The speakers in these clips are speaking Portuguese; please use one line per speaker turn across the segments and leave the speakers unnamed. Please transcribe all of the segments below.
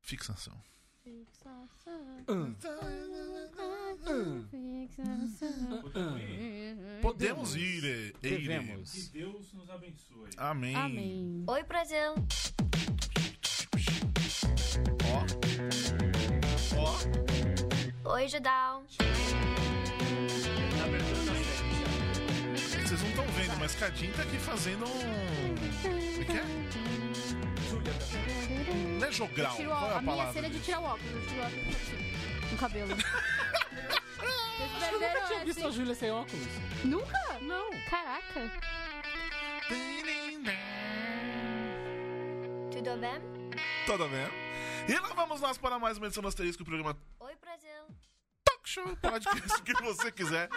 Fixação.
Fixação. Fixação.
Podemos ir. eh, ir.
Devemos.
Que Deus nos abençoe.
Amém.
Amém.
Oi, Brasil.
Ó, ó.
Oi, Judal.
Vocês não estão vendo, mas Cadinho tá aqui fazendo um. O que é?
Júlia,
Não é jogral.
Tiro
Qual é
a,
a,
a minha
palavra?
cena de tirar o óculos. Eu tiro o óculos assim, no cabelo. Vocês
Eu
perderam
nunca tinha visto a
essa-
Júlia sem óculos.
Nunca? Não. Caraca.
Tudo bem?
Tudo bem? E lá vamos nós para mais uma edição do Asterisco, o programa
Oi, Brasil.
Talk Show, podcast que você quiser,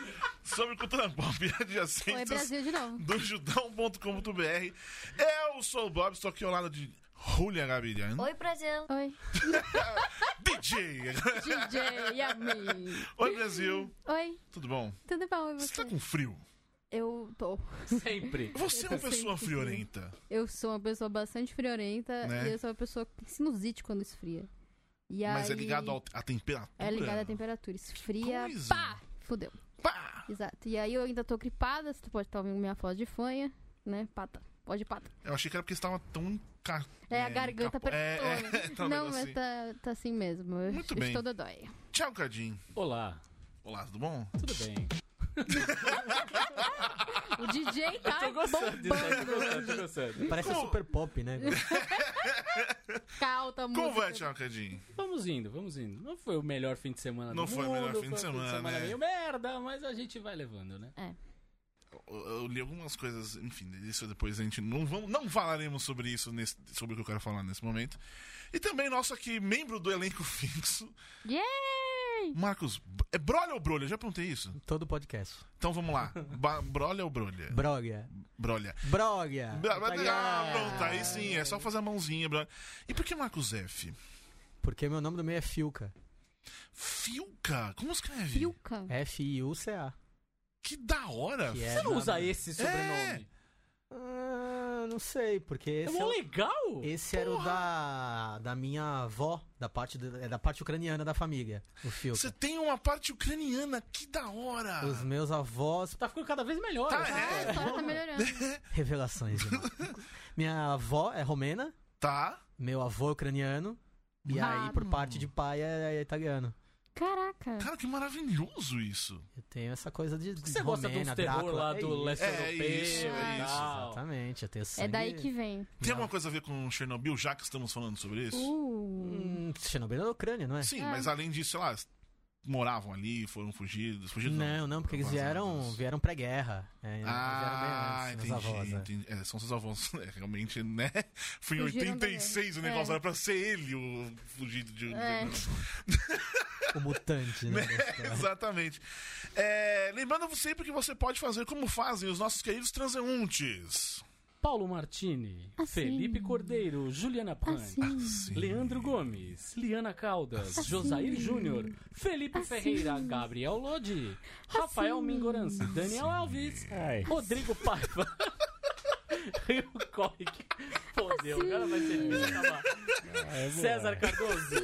sobre cultura pop e
Oi,
adjacentes
Brasil de novo.
do judão.com.br. Eu sou o Bob, estou aqui ao lado de Julia Gaviria,
Oi, Brasil.
Oi.
DJ.
DJ Yami.
Oi, Brasil.
Oi,
Tudo bom?
tudo bom? E
Você
você?
tá com frio?
Eu tô.
Sempre.
Você é
Eu tô
uma pessoa
sempre
friorenta.
Eu sou uma pessoa bastante friorenta
Né?
e eu sou uma pessoa que tem sinusite quando esfria. E
Mas é
aí-
ligado ao- à temperatura.
É ligado à temperatura. Esfria,
Coisa.
pá! Fudeu.
Pá!
Exato. E aí eu ainda tô gripada, você pode estar ouvindo minha voz de fanha, né? Pata. Pó de pata.
Eu achei que era porque estava tão. Ca...
É, a garganta
encapou- É,
apertou, né?
tá um
Não,
negócio
mas
assim.
tá, tá assim mesmo. Eu
Muito
estou
bem.
dodói.
Tchau, Cadinho.
Olá,
Olá, tudo bom?
tudo bem?
O DJ tá
Tô
bombando.
gostando, tô gostando.
Parece
Como-
super pop, né?
Calta, música.
Como vai, Tchau, Cadinho?
Vamos indo, vamos indo. Não foi o melhor fim de semana
Não
do
foi o
mundo,
melhor fim de
foi um
semana, né?
meio merda, mas a gente vai levando, né?
Eu, eu li algumas coisas, enfim, isso depois a gente não vamos, não falaremos sobre isso, nesse, sobre o que eu quero falar nesse momento. E também nosso aqui, membro do elenco fixo,
Yay!
Marcos. B- É brolha ou brolha? Eu já perguntei isso.
Todo podcast.
Então vamos lá. Ba brolha ou brolha?
Broga.
Brolha.
Broga.
Bra- bra-
é-
Ah, pronto, aí sim, é só fazer a mãozinha. brolha. E por que Marcos F?
Porque meu nome do meio é Filca.
Filca? Como escreve?
Piuca.
É. F-I-U-C-A.
Que da hora!
que é
Você não
nada-
usa esse
É.
sobrenome?
Ah, não sei, porque
É,
esse, é
mó
o-
legal!
esse era o da, da minha avó, da parte, do- é da parte ucraniana da família, o Filca.
Você tem uma parte ucraniana, que da hora!
Os meus avós.
Tá ficando cada vez melhor.
Tá,
essa
é.
Ah, a
história.
história tá melhorando.
Revelações. demais. minha avó é romena,
Tá?
meu avô é ucraniano, e aí por
Mano.
parte de pai é, é italiano.
Caraca.
Cara, que maravilhoso isso!
Eu tenho essa coisa de.
Por que você gosta de uns
romena,
terror
é Drácula,
lá
é
do
isso.
leste
É
europeu
isso, é
e
isso,
tal?
Exatamente, eu tenho sangue.
É daí que vem.
Tem
Não.
alguma coisa a ver com Chernobyl, já que estamos falando sobre isso?
Uh.
Hum, Chernobyl é da Ucrânia, não é?
Sim,
É.
mas além disso, sei lá, moravam ali, foram fugidos, fugidos
Não, não, porque eles vieram,
vazados.
vieram pré-guerra. É,
Ah,
vieram bem antes, meus
entendi,
avós, é.
entendi. É, são seus avós, é, realmente, né? Foi em
Fugiram da
86 o
guerra.
negócio,
É.
era pra ser ele o fugido de... um
É.
O mutante, né? da história.
Exatamente. É, lembrando sempre que você pode fazer como fazem os nossos queridos transeuntes.
Paulo Martini,
Assim.
Felipe Cordeiro, Juliana Pan,
Assim.
Sim.
Leandro Gomes, Liana Caldas, Josair Júnior, Felipe
Assim.
Ferreira, Gabriel Lodi, Rafael Mingorance, Daniel Alves,
é
Rodrigo Paiva. Rio Coic. Fodeu,
Assim.
agora vai ser difícil acabar. César Cardoso,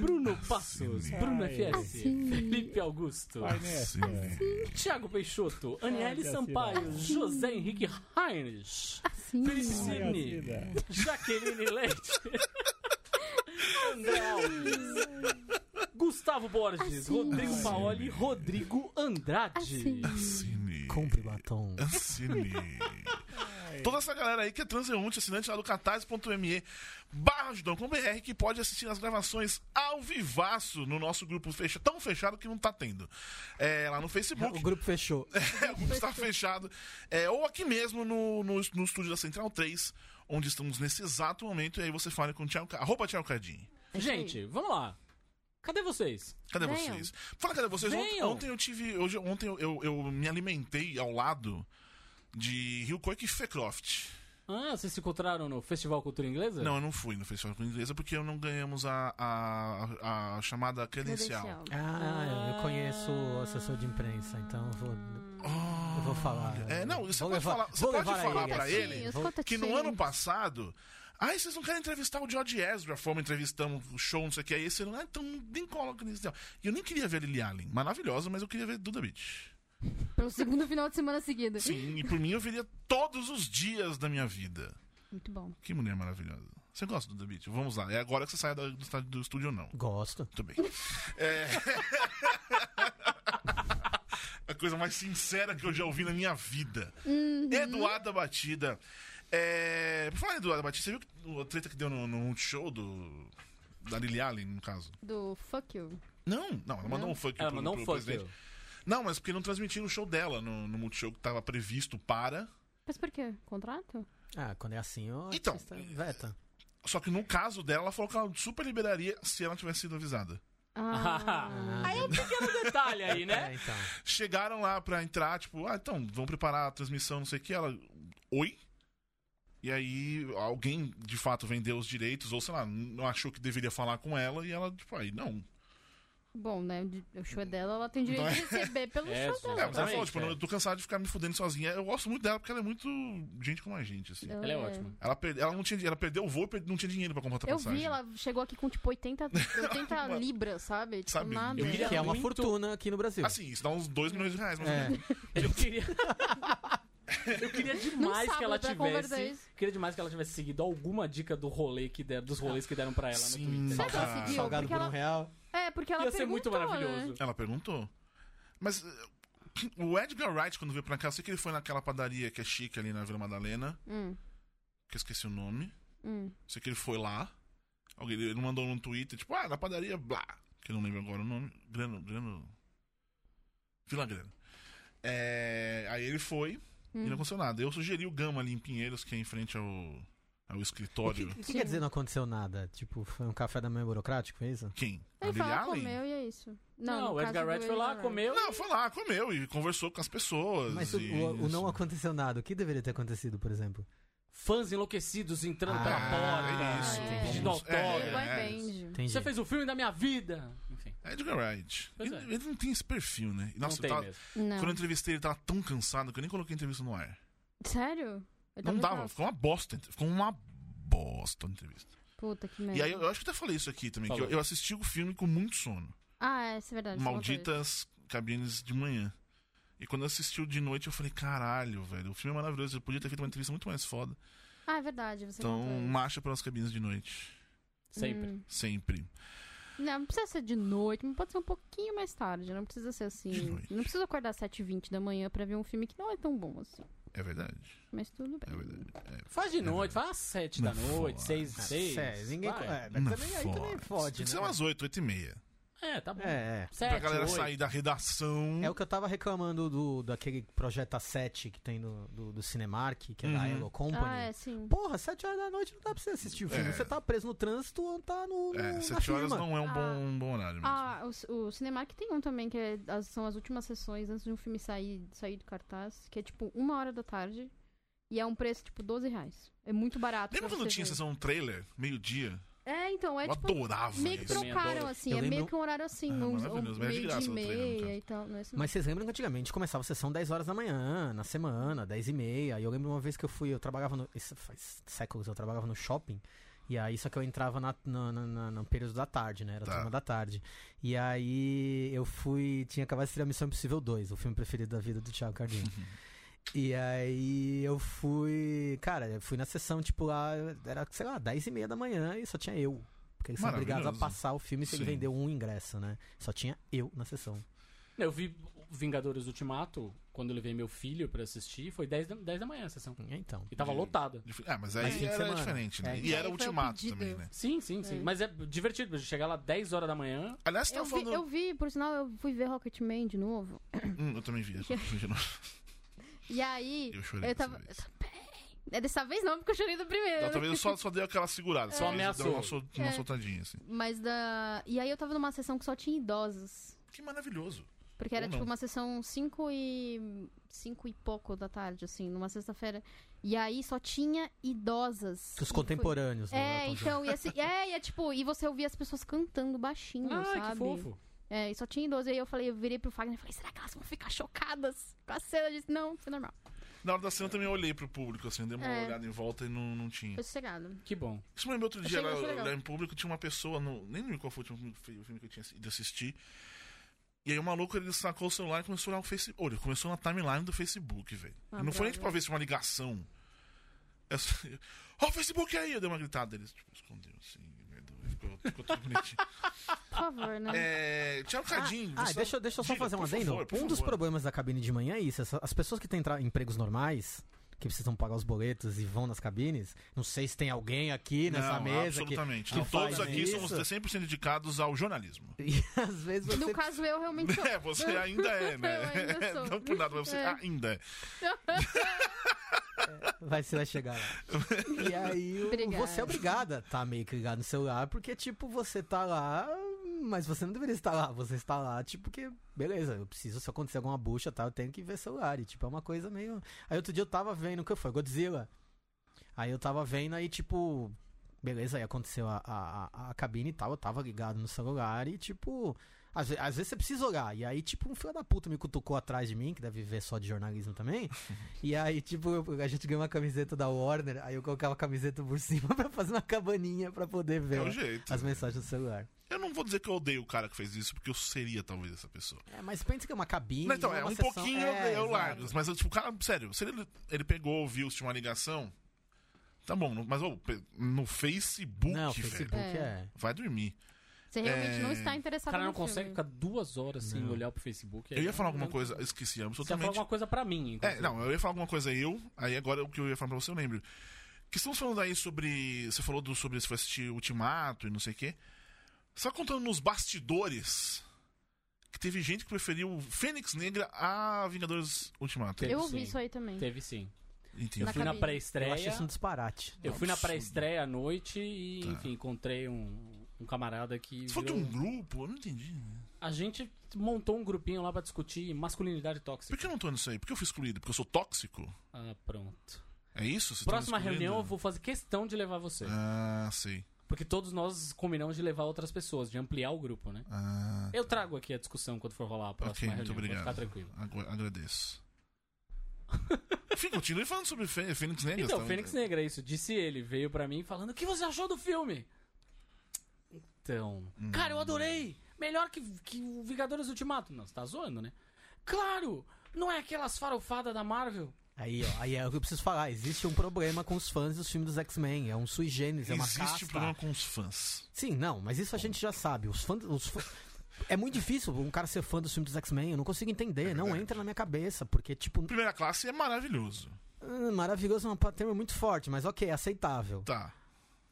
Bruno Passos, Bruno FS,
Assim.
Felipe Augusto,
Sim.
Tiago Peixoto, Aniele Sampaio, José Henrique Heinrich.
Assim.
Felipe Sidney, Jaqueline Leite, André Alves, Gustavo Borges,
Assim.
Rodrigo Paoli, Rodrigo Andrade.
Assim.
Cine.
Compre batom.
Cine. Toda essa galera aí que é transeunte, assinante lá do catarse.me barra Judão com BR, que pode assistir as gravações ao vivaço no nosso grupo fecha, tão fechado que não tá tendo. É, lá no
O
Facebook,
grupo fechou.
é, o grupo está fechado. É, ou aqui mesmo no, no, no estúdio da Central 3, onde estamos nesse exato momento, e aí você fala com o Tchau, Ca- arroba Tchau Cadinho.
Gente,
Assim.
vamos lá. Cadê vocês?
Cadê
Venham.
vocês? Fala, cadê vocês? Ontem,
Venham.
ontem eu tive. Hoje, ontem eu, eu, eu me alimentei ao lado de Rio Coic e Fecroft.
Ah, vocês se encontraram no Festival Cultura Inglesa?
Não, eu não fui no Festival com Inglesa porque eu não ganhamos a, a, a chamada credencial.
Credencial.
Ah, eu conheço o assessor de imprensa, então eu vou, eu
Oh,
vou falar.
É, não, você
Vou
pode
levar-
falar, você
vou
pode
levar a
falar
ele.
pra ele
Contatinhos,
que no
contatinhos.
ano passado Aí vocês não querem entrevistar o George Ezra, fomos entrevistamos o show, não sei o que, aí você não, ah, então nem coloca nisso. não." E eu nem queria ver Lily Allen, maravilhosa, mas eu queria ver Duda Beach.
Pelo segundo final de semana seguido.
Sim, e por mim eu veria todos os dias da minha vida.
Muito bom.
Que mulher maravilhosa. Você gosta do Duda Beach? Vamos lá, é agora que você sai da- do, estádio- do estúdio ou não.
Gosto.
Muito bem. É. A coisa mais sincera que eu já ouvi na minha vida. Eduarda Batida. É... Por falar em Eduarda Batida, você viu que- a treta que deu no, no show do. Da Lily Allen, no caso?
Do fuck you.
Não, não, ela mandou um funk
Ela
pro,
mandou um
pro
funk.
presidente. Não, mas porque não transmitiram o show dela no, no Multishow que tava previsto para.
Mas por quê? Contrato?
Ah, quando é assim, o
Então.
artista veta.
Só que no caso dela, ela falou que ela super liberaria se ela tivesse sido avisada.
Ah,
Aí é um pequeno detalhe aí, né?
É, então.
Chegaram lá pra entrar, tipo, ah, então, vamos preparar a transmissão, não sei o que. Ela, oi? E aí, alguém de fato vendeu os direitos, ou sei lá, não achou que deveria falar com ela, e ela, tipo, aí, não.
bom, né? O show é dela, ela tem direito
Não é?
de receber pelo
É,
show
É, mas ela
dela.
falou, tipo,
é.
"Não, eu tô cansado de ficar me fudendo sozinha. Eu gosto muito dela porque ela é muito gente como a gente, assim.
Então,
Ela é ótima.
Ela, perde- ela não tinha, ela perdeu o voo e perde- não tinha dinheiro pra comprar
Eu
passagem.
vi, ela chegou aqui com tipo 80, 80
Mano.
libras, sabe? Tipo,
Sabe,
nada.
eu queria-
Que é uma
Muito-
fortuna aqui no Brasil.
Assim, isso dá uns 2 milhões de reais, mas
É.
Eu queria. Eu queria demais
sabe
que ela
um pra conversar
tivesse.
isso.
Queria demais que ela tivesse seguido alguma dica do rolê que deram, dos rolês que deram pra ela
Sim.
no Twitter.
Será que ela
Ah,
seguiu?
Salgado
Porque
por um
ela...
real.
É, porque ela
Ia ser muito
perguntou,
maravilhoso.
né?
ela perguntou. Mas eh, o Edgar Wright, quando veio pra cá, eu sei que ele foi naquela padaria que é chique ali na Vila Madalena,
Hum,
que eu esqueci o nome.
hum.
Eu sei que ele foi lá. Alguém, ele mandou no Twitter, tipo, ah, na padaria, blá. Que eu não lembro agora o nome. Grano, Grano. Vila Grana. É, aí ele foi
Hum.
e não aconteceu nada. Eu sugeri o Gama ali em Pinheiros, que é em frente ao, ao
O que,
escritório.
o que quer dizer não aconteceu nada? Tipo, foi um café da manhã burocrático, é isso?
Quem? A
Ele
Lily
foi lá,
Allen?
comeu e é isso. Não,
Não,
no
o
caso
Edgar
do
Wright foi lá,
Edgar Wright.
comeu.
Não, foi lá, comeu e conversou com as pessoas.
Mas o,
e
o- o não
isso.
aconteceu nada, o que deveria ter acontecido, por exemplo?
Fãs enlouquecidos entrando
Ah,
pela
é
porta.
isso.
é.
Pedindo
Vamos- é,
Ele é
autógrafo.
boy
é,
band.
Entendi.
Você fez o filme da minha vida. Enfim,
Edgar Wright.
Pois
Ele,
é.
ele não tem esse perfil, né? E,
não
Nossa, eu
tem
tava-
mesmo.
Não.
quando eu entrevistei ele, tava tão cansado que eu nem coloquei a entrevista no ar.
Sério?
não
Eu também
dava,
tava-
ficou uma bosta. Ficou uma bosta a entrevista.
Puta que merda.
E aí, eu, eu acho que até falei isso aqui também, que
Falou.
eu, eu assisti o filme com muito sono.
Ah, é, isso é verdade. isso é uma coisa.
Malditas cabines de manhã. E quando eu assisti o de noite, eu falei, caralho, velho, o filme é maravilhoso. Eu podia ter feito uma entrevista muito mais foda.
Ah, é verdade. Você
Então,
contou isso.
marcha pelas cabines de noite.
Sempre.
Hum.
Sempre.
Não, não precisa ser de noite, mas pode ser um pouquinho mais tarde. Não precisa ser
De
assim.
noite.
Não precisa acordar às 7h20 da manhã pra ver um filme que não é tão bom assim.
É verdade.
Mas tudo bem.
É verdade.
Faz de noite, faz às sete da
Não
noite,
fode.
seis, seis.
É, ninguém.
vai.
É, mas
Não
também, aí também fode,
Tem que ser
né?
umas 8, 8 e meia.
É, tá bom.
É, é.
Sete,
pra galera
oito.
sair da redação.
É o que eu tava reclamando do, daquele projeto A7 que tem no, do, do Cinemark, que é da
Uhum.
Hello Company.
Ah, é, sim.
Porra, 7 horas da noite não dá pra você assistir o filme.
É.
Você tá preso no trânsito ou tá no. no
É,
na
7 horas
firma.
não é um
Ah.
bom, um bom horário mesmo.
Ah, o, o Cinemark tem um também, que é as- são as últimas sessões antes de um filme sair, sair do cartaz, que é tipo uma hora da tarde. E é um preço, tipo, 12 reais. É muito barato.
Lembra
pra
quando
você
tinha
ver.
sessão trailer, meio-dia?
É, então, é
eu
tipo.
adorava
Meio que
isso.
Também adoro.
trocaram, assim.
Eu
é meio
lembro-
que um horário assim,
Ah,
uns, um
maravilhoso, mas é de
meio dia
graça
e
o trailer, no caso.
meia e tal. Não é assim,
Mas vocês lembram que antigamente começava a sessão 10 horas da manhã, na semana, 10 e meia. E eu lembro uma vez que eu fui, eu trabalhava no. Isso faz séculos, eu trabalhava no shopping. E aí, só que eu entrava na, na, na- na- no período da tarde, né? Era a
Tá.
turma da tarde. E aí eu fui. Tinha acabado de ser a Missão Impossível 2, o filme preferido da vida do Thiago Cardinho. e aí eu fui. Cara, eu fui na sessão, tipo, lá. Era, sei lá, 10 e meia da manhã e só tinha eu. Porque eles são obrigados a
Maravilhoso.
passar o filme se ele
Sim.
vendeu um ingresso, né? Só tinha eu na sessão.
Eu vi Vingadores Ultimato, quando eu levei meu filho pra assistir, foi 10 da, 10 da manhã a sessão.
Então.
E tava lotada.
Ah, mas aí
fim de
era
semana.
diferente, né?
É,
E
é,
era
foi o
ultimato
pedido.
também, né?
Sim, sim, sim.
É.
Mas é divertido, chegar lá 10 horas da manhã.
Aliás, você
Eu
tava
vi,
falando.
eu vi, por sinal, eu fui ver Rocketman de novo.
Hum, eu também vi.
E aí,
Eu chorei.
eu tava.
dessa vez.
É dessa vez não, porque eu chorei do primeiro.
Não, talvez eu só, só dei aquela segurada.
Só
só ameaçou. Deu uma,
ameaçou.
sol- uma
É.
soltadinha, assim.
Mas da. E aí eu tava numa sessão que só tinha idosos.
Que maravilhoso.
Porque era
Ou
tipo
não.
uma sessão 5 e. 5 e pouco da tarde, assim, numa sexta-feira. E aí só tinha idosas. E
Os
foi-
contemporâneos, né?
É,
Elton John.
então, e assim, é, e é tipo, e você ouvia as pessoas cantando baixinho,
ah,
Hum, sabe?
que fofo.
É, e só tinha idoso. E aí eu falei, eu virei pro Fagner e falei, será que elas vão ficar chocadas com a cena? Eu disse, não, foi normal.
Na hora da cena também eu olhei pro público, assim, dei uma
É.
olhada em volta e não, não tinha.
Foi sossegado.
Que bom.
Isso me lembrou outro dia,
Achei-
lá,
achei legal.
lá em público, tinha uma pessoa, no, nem lembro qual foi o último fi- filme que eu tinha ido assistir. E aí o maluco, ele sacou o celular e começou a olhar o Facebook. Olha, começou na timeline do Facebook, velho.
Ah,
E não foi nem
brother.
tipo pra ver se uma ligação. É só- Ó, o Facebook aí! Eu dei uma gritada deles, tipo, escondeu assim, merda, ficou, ficou tudo bonitinho.
Por favor, né?
É, tinha um cadinho.
Ah,
você-
deixa, eu- deixa eu só
Diga,
fazer um
por
adendo.
favor, por
um dos
favor.
problemas da cabine de manhã é isso. essa- As pessoas que têm tra- empregos normais, que precisam pagar os boletos e vão nas cabines, não sei se tem alguém aqui nessa
não,
mesa que,
absolutamente.
que
não, todos
faz
aqui
isso.
somos 100% dedicados ao jornalismo.
E às vezes você
No caso, eu realmente sou.
É, você ainda é, né?
Eu ainda sou.
Não por nada, mas você
É.
ainda é.
vai, você vai chegar lá. E aí o-
Obrigada.
você é obrigada a tá meio que ligado no celular, porque, tipo, você tá lá, mas você não deveria estar lá. Você está lá, tipo, que, beleza, eu preciso, se acontecer alguma bucha, tá, eu tenho que ver celular. E, tipo, é uma coisa meio... Aí outro dia eu tava vendo, o que foi? Godzilla. Aí eu tava vendo, aí, tipo... Beleza, aí aconteceu a, a, a- a cabine e tal, eu tava ligado no celular e, tipo... Às, ve- às vezes você precisa olhar. E aí, tipo, um filho da puta me cutucou atrás de mim, que deve viver só de jornalismo também. E aí, tipo, eu- a gente ganhou uma camiseta da Warner, aí eu colocava a camiseta por cima pra fazer uma cabaninha pra poder
É o
ver
jeito.
as mensagens do celular.
Eu não vou dizer que eu odeio o cara que fez isso, porque eu seria talvez essa pessoa.
É, mas pensa que é uma cabine.
Não, então,
é
é
uma
um
sessão-
pouquinho
é,
eu, eu
exato.
largo. Mas, eu, tipo, o cara, sério, se ele, ele pegou, viu, se tinha uma ligação. Tá bom, no- mas ô, pe- no Facebook,
Não,
velho.
Facebook
velho.
é.
Vai dormir.
Você realmente
É.
não está
O
interessado
cara não
no filme.
consegue ficar duas horas sem
Não.
olhar pro Facebook.
Eu ia falar alguma
Não.
coisa, esqueci
Você ia falar
absolutamente.
alguma coisa pra mim,
É,
inclusive.
não, eu ia falar alguma coisa eu, aí agora o que eu ia falar pra você eu lembro. Que estamos falando aí sobre. Você falou do, sobre se foi assistir Ultimato e não sei o quê. Só contando nos bastidores que teve gente que preferiu Fênix Negra a Vingadores Ultimato.
Teve
Eu
sim.
assim.
ouvi isso aí também.
Teve sim. Eu
Entendeu?
Na
fui
cabine.
na
Eu acho
pré-estreia.
isso um disparate.
Eu fui na
Absurdo.
pré-estreia à noite e,
Tá.
enfim, encontrei um, um camarada que.
Se for de
virou-
um grupo, eu não entendi.
A gente montou um grupinho lá pra discutir masculinidade
Por
tóxica.
que eu não tô nisso aí? Por que eu fui excluído? Porque eu sou tóxico?
Ah, pronto.
É isso? Vocês estão me
Próxima
excluindo?
reunião eu vou fazer questão de levar você.
Ah, sei.
Porque todos nós combinamos de levar outras pessoas, de ampliar o grupo, né?
Ah,
Eu trago aqui a discussão quando for rolar a
ok,
próxima
muito
reunião. pode
obrigado.
Ficar tranquilo.
Agu- agradeço. Enfim, continue falando sobre Fê- Fênix Negra.
Então,
tá?
Fênix Negra, é isso. Disse ele, veio pra mim falando: O que você achou do filme? Então.
Hum.
Cara, eu adorei! Melhor que, que o Vingadores Ultimato. Não, você tá zoando, né? Claro! Não é aquelas farofadas da Marvel?
Aí, ó, aí é o que eu preciso falar. Existe um problema com os fãs dos filmes dos X-Men. É um sui generis, é uma
Existe
casta.
problema com os fãs.
Sim, não, mas isso a gente já sabe. Os fãs. Os fã- É muito difícil um cara ser fã dos filmes dos X-Men. Eu não consigo
É
entender. não
verdade.
entra na minha cabeça. Porque, tipo,
Primeira classe é maravilhoso.
Ah, Maravilhoso é um termo muito forte, mas ok, aceitável.
Tá.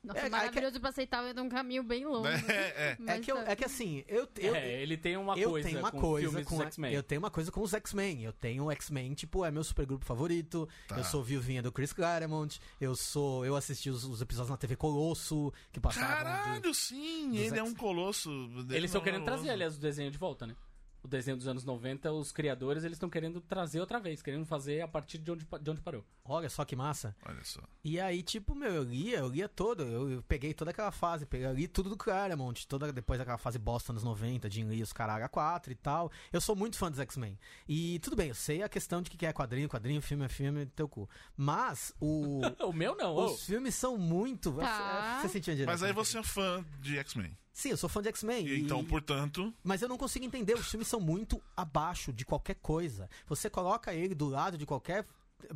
Nossa,
É, é que-
maravilhoso pra aceitar é um caminho bem longo.
É, é.
É
Mas
que, eu-
tá-
é que assim, eu, eu,
é, ele tem uma
eu
coisa
tenho uma
com
coisa
filmes
com.
dos X-Men.
Eu tenho uma coisa com os X-Men. Eu tenho o X-Men, tipo, é meu supergrupo favorito.
Tá.
Eu sou viuvinha do Chris Claremont. Eu sou. Eu assisti os, os episódios na TV Colosso, que
tá
passavam. de-
Caralho, sim.
dos
Ele é um
X-
colosso. é
Eles estão querendo
maravilhoso.
trazer, aliás, o desenho de volta, né? O desenho dos anos 90, os criadores, eles estão querendo trazer outra vez, querendo fazer a partir de onde, pa- de onde parou.
Olha só que massa.
Olha só.
E aí, tipo, meu, eu lia, eu lia todo. Eu, eu peguei toda aquela fase, peguei, eu li tudo do Claremont, toda, depois daquela fase bosta nos 90, de Lee, os caralho, a 4 e tal. Eu sou muito fã dos X-Men. E tudo bem, eu sei a questão de que é quadrinho, quadrinho, filme é filme, teu cu. Mas o,
O meu não, ô.
os filmes são muito.
Tá.
Você sentiu a direção,
Mas aí
né?
você é fã de X-Men.
Sim, eu sou fã de X-Men.
E
e-
Então, portanto.
Mas eu não consigo entender, os filmes são muito abaixo de qualquer coisa. Você coloca ele do lado de qualquer.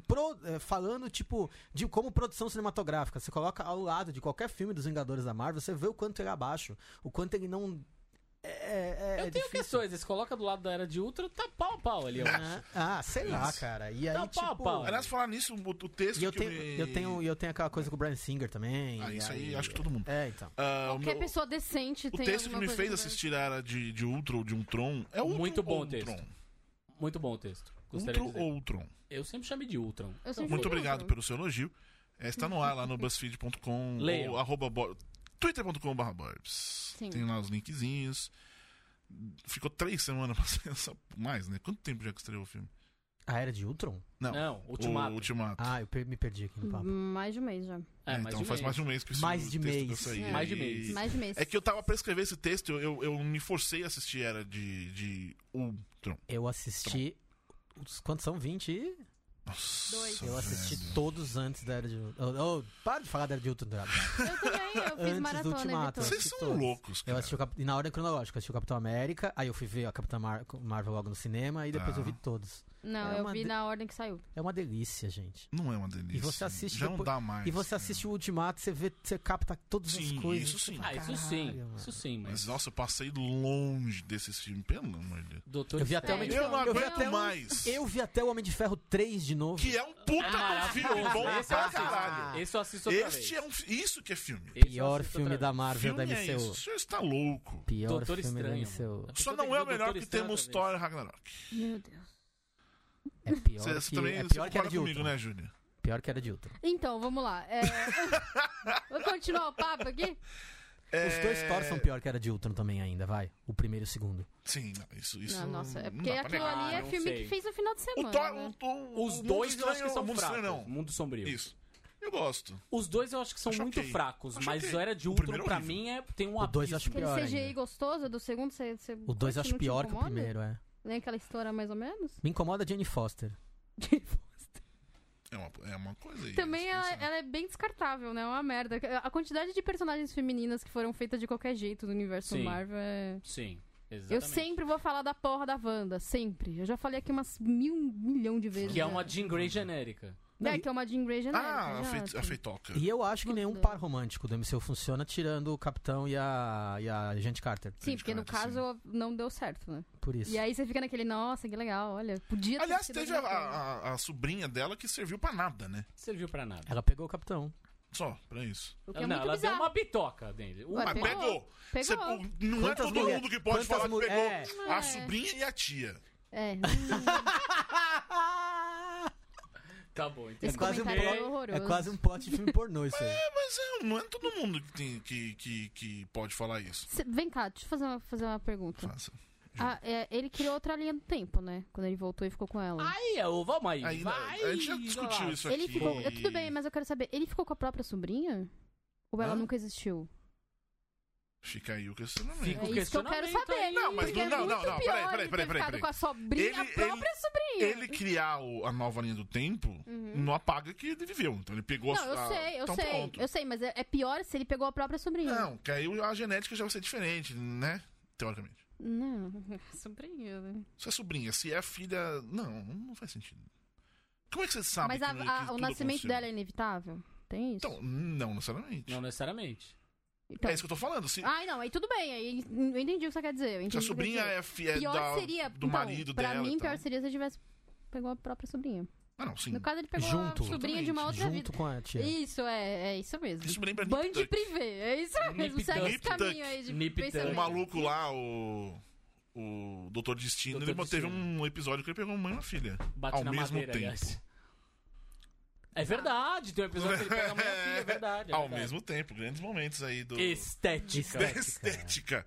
pro- eh, falando, tipo, de como produção cinematográfica. Você coloca ao lado de qualquer filme dos Vingadores da Marvel, você vê o quanto ele é abaixo. O quanto ele não. É, é, é
eu tenho
difícil.
questões, né? eles colocam do lado da Era de Ultra, tá pau a pau ali, ó.
Ah, ah, sei lá, cara. E aí,
Não,
tipo.
um pau, pau.
Aliás, falar nisso, o, o texto
E eu
que
tenho,
me-
eu, tenho, e eu tenho aquela coisa com o Brian Singer também.
Ah,
e
isso aí, acho que todo mundo.
É, então.
Ah, o
Qualquer
meu-
pessoa decente
o
tem
texto que
alguma
me
coisa né?
fez
pra-
assistir a era de, de Ultra ou de Ultron é Ultron
Muito bom
ou
o texto.
Ultron?
Muito bom o texto. Gostaria
Ultron
de dizer.
ou Ultron?
Eu sempre chamei de Ultron.
Eu sempre
Muito
fui
obrigado
Ultron.
pelo seu elogio. É, está no ar lá no BuzzFeed.com
Leiam.
ou arroba bo- twitter.com.br Borbs.
Sim.
Tem lá os linkzinhos. Ficou três semanas pra sair essa- mais, né? Quanto tempo já que estreou o filme?
A Era de Ultron?
Não,
Não,
O
Ultimato.
Ultimato.
Ah, eu per- me perdi aqui no
Uhum.
papo.
Mais de um mês já.
É,
É,
mais
então
de
faz
meio.
mais de um mês que esse
Mais de
texto
mês.
pra sair.
É.
Mais de
E-
mês.
Mais de um mês.
É que eu tava pra escrever esse texto, eu, eu, eu me forcei a assistir Era de, de Ultron.
Eu assisti. os- Quantos são? 20 e.
Nossa.
Dois.
Eu assisti todos antes da Era de Ultron. Oh, oh, para de falar da Era de Ultron, Drago.
Eu também, eu
Antes
fiz
do
maratona,
Ultimato.
Vitor.
Vocês
assisti
são
todos.
loucos,
Eu
cara.
assisti o Cap- e na ordem cronológica, eu assisti o Capitão América, aí eu fui ver a Capitã Mar- Marvel logo no cinema e depois
Tá.
eu vi todos.
Não,
É
eu
uma
vi
de-
na ordem que saiu.
É uma delícia, gente.
Não é uma delícia.
E você assiste
Já não
depois-
dá mais.
E você assiste o Ultimato, você vê, você capta todas
é. Sim,
as coisas.
isso sim.
Ah, isso sim.
Caralho,
Isso
mano.
sim,
um- né? Mas,
mas.
nossa, eu passei longe desses filmes, pelo amor de Deus.
Doutor
Eu vi até
Estranho-
uma
Então,
Eu não
eu Ah, vi
aguento
até um-
mais.
Eu vi até o Homem de Ferro 3 de novo.
Que é um puta de um filme
maravilhoso.
bom
Ah,
é
Esse é eu
pra
assisto.
caralho.
Esse eu assisto outra
Este é
vez.
um fi- Isso que é filme.
Esse eu
Pior
assisto
filme
outra
da
vez.
Marvel
Filme
da
é isso. O
MCU.
senhor está louco.
Pior
Doutor
filme
Estranho.
da MCU.
Só não é o melhor que temos Thor Ragnarok.
Meu Deus.
É pior
Você você
que,
também
é
você
pior que Era
concorda
de
comigo,
Ultron.
né, Júnior?
Pior que Era de Ultron.
Então, vamos lá. É, Vou continuar o papo aqui?
Os dois
É.
Thor são pior que Era de Ultron também ainda, vai. O primeiro e o segundo.
Sim, não, isso, isso.
Não, nossa, é
não
porque
dá pra
aquilo
negar. né?
ali
Ah,
é
não
filme
sei.
que fez no final de semana.
O Thor, é um
né?
o, o,
Os
o
dois
Mundo
eu acho
Estranho-
que
é
são
o Mundo Estranho,
fracos.
não.
Mundo Sombrio.
Isso. Eu gosto.
Os dois eu acho que são
Acho
muito
ok.
fracos,
Acho
mas
ok.
Era de
O
Ultron
primeiro é
pra
horrível.
mim é, tem um
O dois eu acho
abismo.
Aquele
pior
CGI
ainda.
gostoso do segundo, você. você
O dois
curte,
eu acho
não te
pior que o
incomoda?
primeiro, é.
Nem aquela história mais ou menos?
Me incomoda a Jane Foster.
É uma, é uma coisa aí.
Também
isso,
ela,
isso, né?
ela é bem descartável, né? É uma merda. A quantidade de personagens femininas que foram feitas de qualquer jeito no universo
Sim.
Marvel é.
Sim, exatamente.
Eu sempre vou falar da porra da Wanda, sempre. Eu já falei aqui umas mil, milhão de vezes.
Que é
já.
uma Jean Grey genérica.
Não,
É,
e-
que é uma Jean Grey genérica.
Ah, a,
já,
feit, a
assim.
feitoca.
E eu acho que
Nossa,
nenhum
Deus.
par romântico do MCU funciona, tirando o Capitão e a, e a Agente Carter.
Sim, porque no
Praticamente,
caso não deu certo, né?
Por isso.
E aí você fica naquele, nossa, que legal, olha, podia ter
Aliás,
sido
teve a,
alguma coisa.
a- a sobrinha dela que serviu pra nada, né?
Serviu pra nada.
Ela pegou o Capitão.
Só pra isso.
É O que é
não,
muito
ela
bizarro.
deu uma bitoca dele. Uma-
Ué,
Mas
pegou.
pegou.
Pegou.
Você- não
Quantas
é todo
mulher-
mundo que pode
quantas
falar que
mulher-
pegou
é.
a
É.
sobrinha e a tia.
É.
Tá bom, entendi.
Esse
É quase um
comentário
pro-
é horroroso.
É quase um plot de filme pornô isso aí.
Mas é, não é todo mundo que, tem, que, que, que pode falar isso.
Cê- Vem cá, deixa eu fazer uma, fazer uma pergunta.
Faça.
Ah, é, ele criou outra linha do tempo, né? Quando ele voltou e ficou com ela.
Aí, ô, vamos aí.
Aí, né?
vai,
a gente já discutiu
vai.
isso aqui.
ele ficou. eu- Tudo bem, mas eu quero saber, ele ficou com a própria sobrinha? Ou ela
Hã?
nunca existiu?
Fica aí o questionamento.
Fica
É
o
isso que eu quero
questionamento
saber.
aí.
Não, mas
porque
não,
é muito
não, não,
pior
peraí, peraí,
ele
peraí,
ter
peraí,
ficado
peraí.
com a sobrinha, a
Ele-
própria sobrinha. Uhum.
Ele criar o- a nova linha do tempo não apaga que ele viveu. Então ele pegou
Não, eu
a,
sei, eu
então
sei,
pronto.
eu sei, mas é, é pior se ele pegou a própria sobrinha.
Não, que aí a genética já vai ser diferente, né? Teoricamente.
Não, sobrinha, né?
Se é sobrinha, se é filha. Não, não faz sentido. Como é que você sabe
Mas
que
a-
não-
a-
que
o
tudo
nascimento
aconteceu?
dela é inevitável? Tem isso?
Então, não necessariamente.
Não necessariamente.
Então-
É isso que eu tô falando. Se,
Ai, não, aí tudo bem, aí eu entendi o que você quer dizer. eu entendi
se a
o que você quer
sobrinha
dizer.
é filha
pior
da,
seria,
do
então,
marido
pra
dela.
mim,
e tal.
pior seria se ele tivesse pegou a própria sobrinha.
Ah, não, sim.
No caso, ele pegou
Junto.
a sobrinha de uma outra
Junto
vida.
com a tia.
Isso, é, é isso mesmo.
Isso me lembra Nip
Band
Tuck.
privê, é isso mesmo.
Nip
Segue esse
Tuck.
caminho aí de
Nip Tuck.
O
pensamento.
Um maluco lá, o. O Doutor Destino,
Dr.
ele teve
Destino.
um episódio que ele pegou mãe e uma filha.
Bate
ao
na
mesmo
madeira,
tempo.
aliás. É verdade, tem um episódio que ele pega a mãe e a filha, é verdade. é
Ao
verdade.
mesmo tempo, grandes momentos aí do.
Estética.
da estética.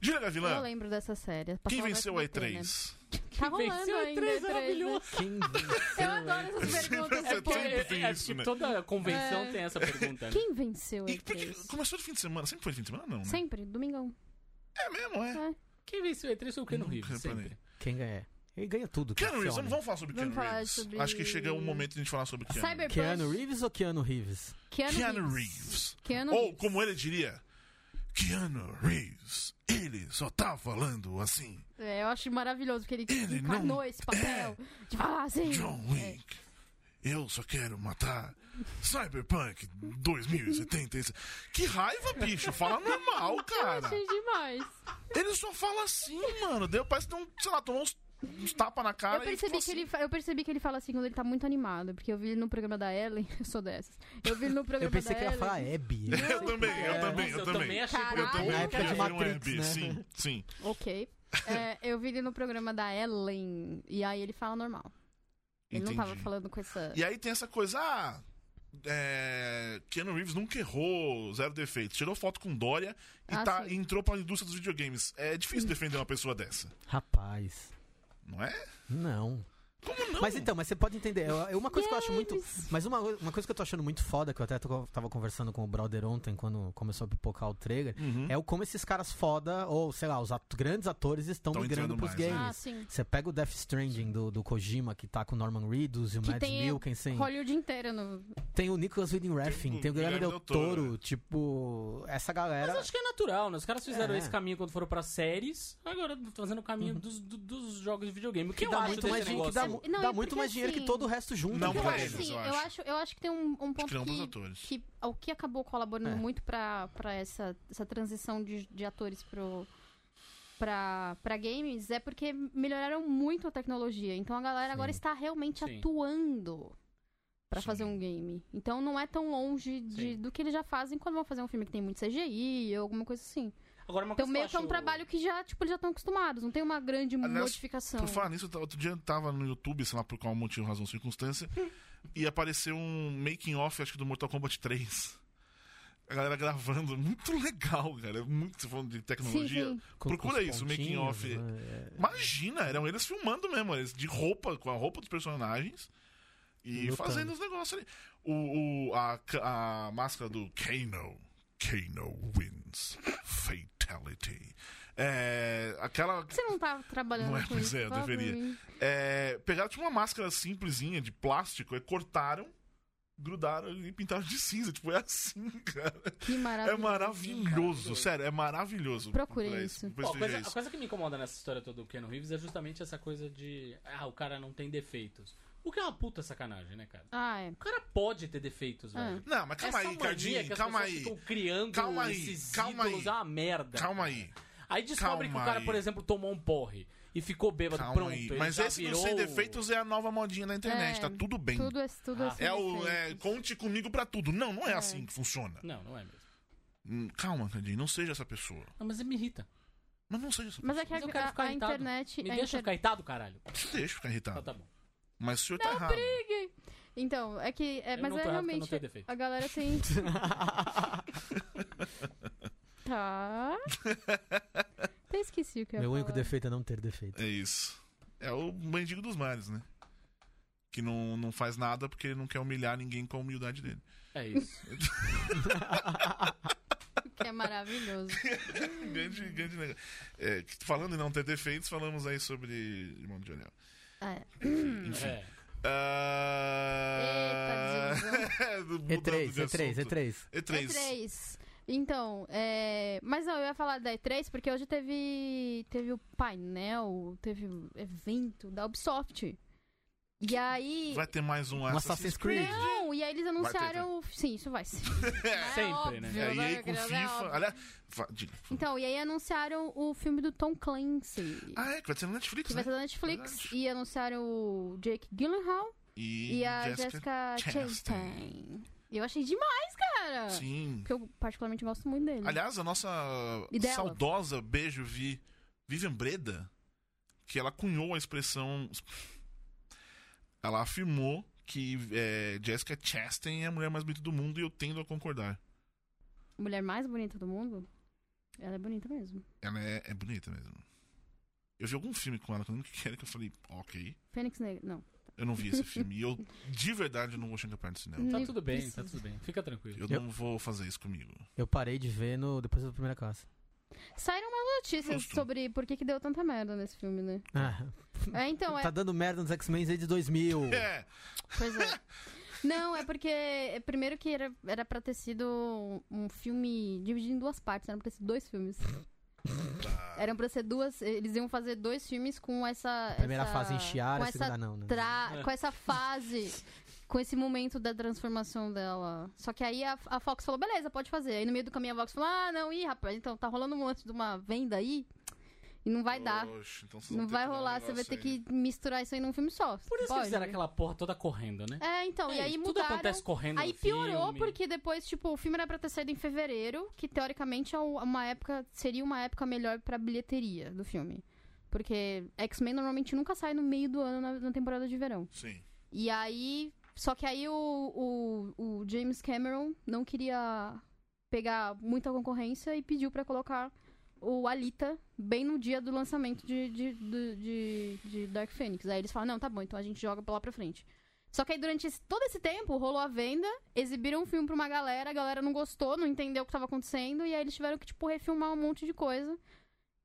Júlia
Eu
Gavilã,
lembro dessa série.
quem
passava no
venceu a
SBT,
E3?
né? Tá rolando
Venceu a
ainda,
E3,
E3, né?
maravilhoso.
Quem
Eu
venceu?
adoro essas perguntas.
Sempre
porque-
tem.
É, é, é,
isso,
tipo,
né?
Toda convenção
É.
tem essa pergunta. né?
Quem venceu a
E por que
E3?
começou de fim de semana? Sempre foi de fim de semana, não, né?
Sempre, domingão.
É mesmo, é.
Quem venceu o E3 foi o Keanu
Nunca
Reeves,
reparei.
sempre.
Quem ganha? Ele ganha tudo. é
Keanu
esse
Reeves,
homem.
vamos, vamos falar sobre
Vamos
Keanu
falar
Reeves.
sobre-
Acho que chega o momento de a gente falar sobre Keanu
Cyberpunk.
Keanu Reeves ou Keanu Reeves?
Keanu,
Keanu
Reeves.
Reeves.
Keanu
Ou,
Reeves.
como ele diria, Keanu Reeves, ele só tá falando assim.
É, eu acho maravilhoso que ele,
Ele
encarnou
não- é.
esse papel de falar assim.
John Wick, eu só quero matar Cyberpunk 2077. Que raiva, bicho. Fala normal,
Eu
cara.
achei demais.
Ele só fala assim, mano. Deu, parece que deu um, sei lá, tomou uns, uns tapas na cara
eu,
e
percebi
ficou
que
assim.
ele, fa- eu percebi que ele fala assim quando ele tá muito animado, porque eu vi ele no programa da Ellen, eu sou dessas. Eu vi ele no programa
Eu pensei
da
que ele ia
Ellen.
falar Abby.
assim. Eu também, eu
É.
também,
Nossa,
eu também.
achei
Caralho.
Eu também
Na época
queria ver
de
um
Matrix,
Airbnb,
né?
sim, sim.
Ok. É, eu vi ele no programa da Ellen, e aí ele fala normal. Ele não tava
Entendi.
falando com essa.
E aí tem essa coisa, ah, é, Keanu Reeves nunca errou, zero defeito. Tirou foto com Dória e,
Ah,
tá,
sim.
e entrou pra indústria dos videogames. É difícil defender uma pessoa dessa,
Rapaz.
não é?
Não.
Como não?
Mas então, mas você pode entender. Eu- eu- uma coisa que eu acho muito.
Games.
Mas uma, uma coisa que eu tô achando muito foda, que eu até tô- tava conversando com o brother ontem, quando começou a pipocar o trailer,
Uhum.
é o como esses caras foda, ou sei lá, os at- grandes atores estão
Tão
migrando
entrando
pros
mais, né?
Ah,
games.
sim.
Você pega o Death Stranding do, do Kojima, que tá com o Norman Reedus e o
Que
Mads
tem
Mikkelsen.
Hollywood inteira no.
Tem o Nicholas Winding Refn, tem, o Guilherme Del Toro. Tipo, essa galera.
Mas acho que é natural, né? Os caras fizeram
É.
esse caminho quando foram pra séries, agora estão fazendo o caminho
Uhum.
dos, do- dos jogos de videogame. O que,
que
eu
dá
acho
muito
desse
mais dinheiro, que dá,
negócio? é
mu-
Não, e
dá
porque
muito mais dinheiro que
assim-
todo o resto junto.
Não
né?
pra
Porque,
eles,
assim,
eu
eu
acho.
acho, eu acho que tem um, um ponto
que não pros
que,
atores.
que o que acabou colaborando
É.
muito pra, pra essa, essa transição de, de atores pro pra, pra games é porque melhoraram muito a tecnologia. Então a galera agora
Sim.
está realmente
Sim.
atuando pra
Sim.
fazer um game. Então não é tão longe de-
Sim.
do que eles já fazem quando vão fazer um filme que tem muito CGI ou alguma coisa assim.
Agora, uma
Então
coisa
meio
eu
que é um
acho-
trabalho que já, tipo, eles já estão acostumados, não tem uma grande
Aliás,
modificação.
Por falar nisso, eu ta- outro dia eu tava no YouTube, sei lá por qual motivo, razão, circunstância, e apareceu um making off, acho que do Mortal Kombat 3. A galera gravando, muito legal, cara. é Muito falando de
Sim,
tecnologia.
sim.
Com-
Procura
com os
isso, making
pontinhos,
of.
né?
Imagina, eram eles filmando mesmo, eles de roupa, com a roupa dos personagens e
Lutando.
fazendo os negócios ali. O, o- a, ca- a máscara do Kano. Kano wins. Fatality. É, aquela.
Você não tá trabalhando
Não é,
com
pois
isso,
é, eu
fala pra
deveria.
mim.
É, pegaram tipo, uma máscara simplesinha de plástico e cortaram, grudaram e pintaram de cinza. Tipo, é assim, cara.
Que maravilha.
É maravilhoso, sério, é maravilhoso.
Procure
Procura
isso.
depois
Ó, a
veja
coisa, a coisa que me incomoda nessa história toda do Keanu Reeves é justamente essa coisa de. Ah, o cara não tem defeitos. O que é uma puta sacanagem, né, cara?
Ah, é.
O cara pode ter defeitos,
Ah.
velho.
Não, mas calma
Essa
aí,
mania que
Cardinho,
as
calma
pessoas
aí.
ficam criando
Calma aí,
esses
calma
ídolos
aí.
é uma merda.
Calma aí.
Aí descobre
Calma
que o cara,
aí.
por exemplo, tomou um porre e ficou bêbado.
Calma
Pronto,
aí.
ele
Mas
já
esse
virou...
do sem defeitos é a nova modinha da internet,
É,
tá tudo bem.
Tudo é tudo
Ah.
assim.
É o é, conte comigo pra tudo. Não, não é,
É.
assim que funciona.
Não, não é mesmo.
Hum, Calma, Candinho, não seja essa pessoa.
Não, mas me irrita.
Mas não seja essa
Mas é
pessoa.
que a,
Mas eu quero
a-
ficar
a
irritado.
internet. é
Me
a
deixa
inter-
ficar irritado, caralho.
Te deixa ficar
Tá,
irritado.
tá bom.
Mas o senhor tá errado.
Ninguém. Então, é que. É,
Eu
mas
não
é
tô errado porque eu não
realmente.
tenho defeito.
A galera tem. tá. Até esqueci o que eu ia
Meu único
falar.
defeito é não ter defeito.
É isso. É o mendigo dos mares, né? Que não, não faz nada porque ele não quer humilhar ninguém com a humildade dele.
É isso.
Que é maravilhoso.
grande, grande negócio. É, que- falando em não ter defeitos, falamos aí sobre Irmão de Anel.
Ah, é.
Enfim.
É.
Ah,
É
mudando de
E3, E3,
assunto.
E3.
E3.
E3. Então, é... mas não, eu ia falar da E3 porque hoje teve teve o painel, teve o evento da Ubisoft. E aí
Vai ter mais um
Um
Assassin's,
Assassin's Creed.
não, e aí eles anunciaram, sim, isso vai ser. É
Sempre,
óbvio,
né?
É, e aí com
Creed, é
FIFA.
óbvio.
Aliás, fa- diga.
Então, e aí anunciaram o filme do Tom Clancy,
Ah, é, que vai ser na Netflix,
que vai
né?
ser da Netflix,
Verdade.
e anunciaram o Jake Gyllenhaal e, a Jessica Chastain. E Eu achei demais, cara.
Sim.
Porque eu particularmente gosto muito dele.
Aliás, a nossa
E dela?
saudosa beijo Vi, Vivian Breda, que ela cunhou a expressão. Ela afirmou que é, Jessica Chastain é a mulher mais bonita do mundo e eu tendo a concordar.
Mulher mais bonita do mundo? Ela é bonita mesmo.
Ela é, é bonita mesmo. Eu vi algum filme com ela que eu não lembro o que era que eu falei, ok.
Fênix Negra, não.
Eu não vi esse filme. E eu, de verdade, não vou chegar perto do cinema.
Tá
Nem
tudo bem,
precisa.
tá tudo bem. Fica tranquilo.
Eu
Eu-
não vou fazer isso comigo.
Eu parei de ver no, depois da primeira classe.
Saíram umas notícias
Justo.
sobre por que, que deu tanta merda nesse filme, né?
Ah,
É, então, é.
tá dando merda nos X-Men desde 2000.
É,
Pois é. Não, é porque. é, Primeiro que era, era pra ter sido um- um filme dividido em duas partes, eram pra ser dois filmes.
Tá.
Eram pra ser duas. Eles iam fazer dois filmes com essa.
Primeira
essa-
fase em Chiara,
com
a segunda
essa,
não, né?
tra- com essa fase. Com esse momento da transformação dela. Só que aí a, a Fox falou, beleza, pode fazer. Aí no meio do caminho a Fox falou, ah, não, ih, rapaz, então tá rolando um lance de uma venda aí. E não vai dar.
Oxe, então vocês vão
Não
ter
vai
que dar um
rolar, você vai
negócio
ter
aí.
que misturar isso aí num filme só.
Por isso que
Pode.
fizeram aquela porra toda correndo, né?
É, então, e
É,
aí
tudo
mudaram.
acontece correndo
aí
no
piorou,
filme.
porque depois, tipo, o filme era pra ter saído em fevereiro, que teoricamente é o- uma época, seria uma época melhor pra bilheteria do filme. Porque X-Men normalmente nunca sai no meio do ano, na, na temporada de verão.
Sim.
E aí. Só que aí o, o, o James Cameron não queria pegar muita concorrência e pediu pra colocar o Alita bem no dia do lançamento de, de, do- de- de Dark Phoenix. Aí eles falam, não, tá bom, então a gente joga pra lá pra frente. Só que aí durante esse- todo esse tempo, rolou a venda, exibiram um filme pra uma galera, a galera não gostou, não entendeu o que tava acontecendo, e aí eles tiveram que, tipo, refilmar um monte de coisa.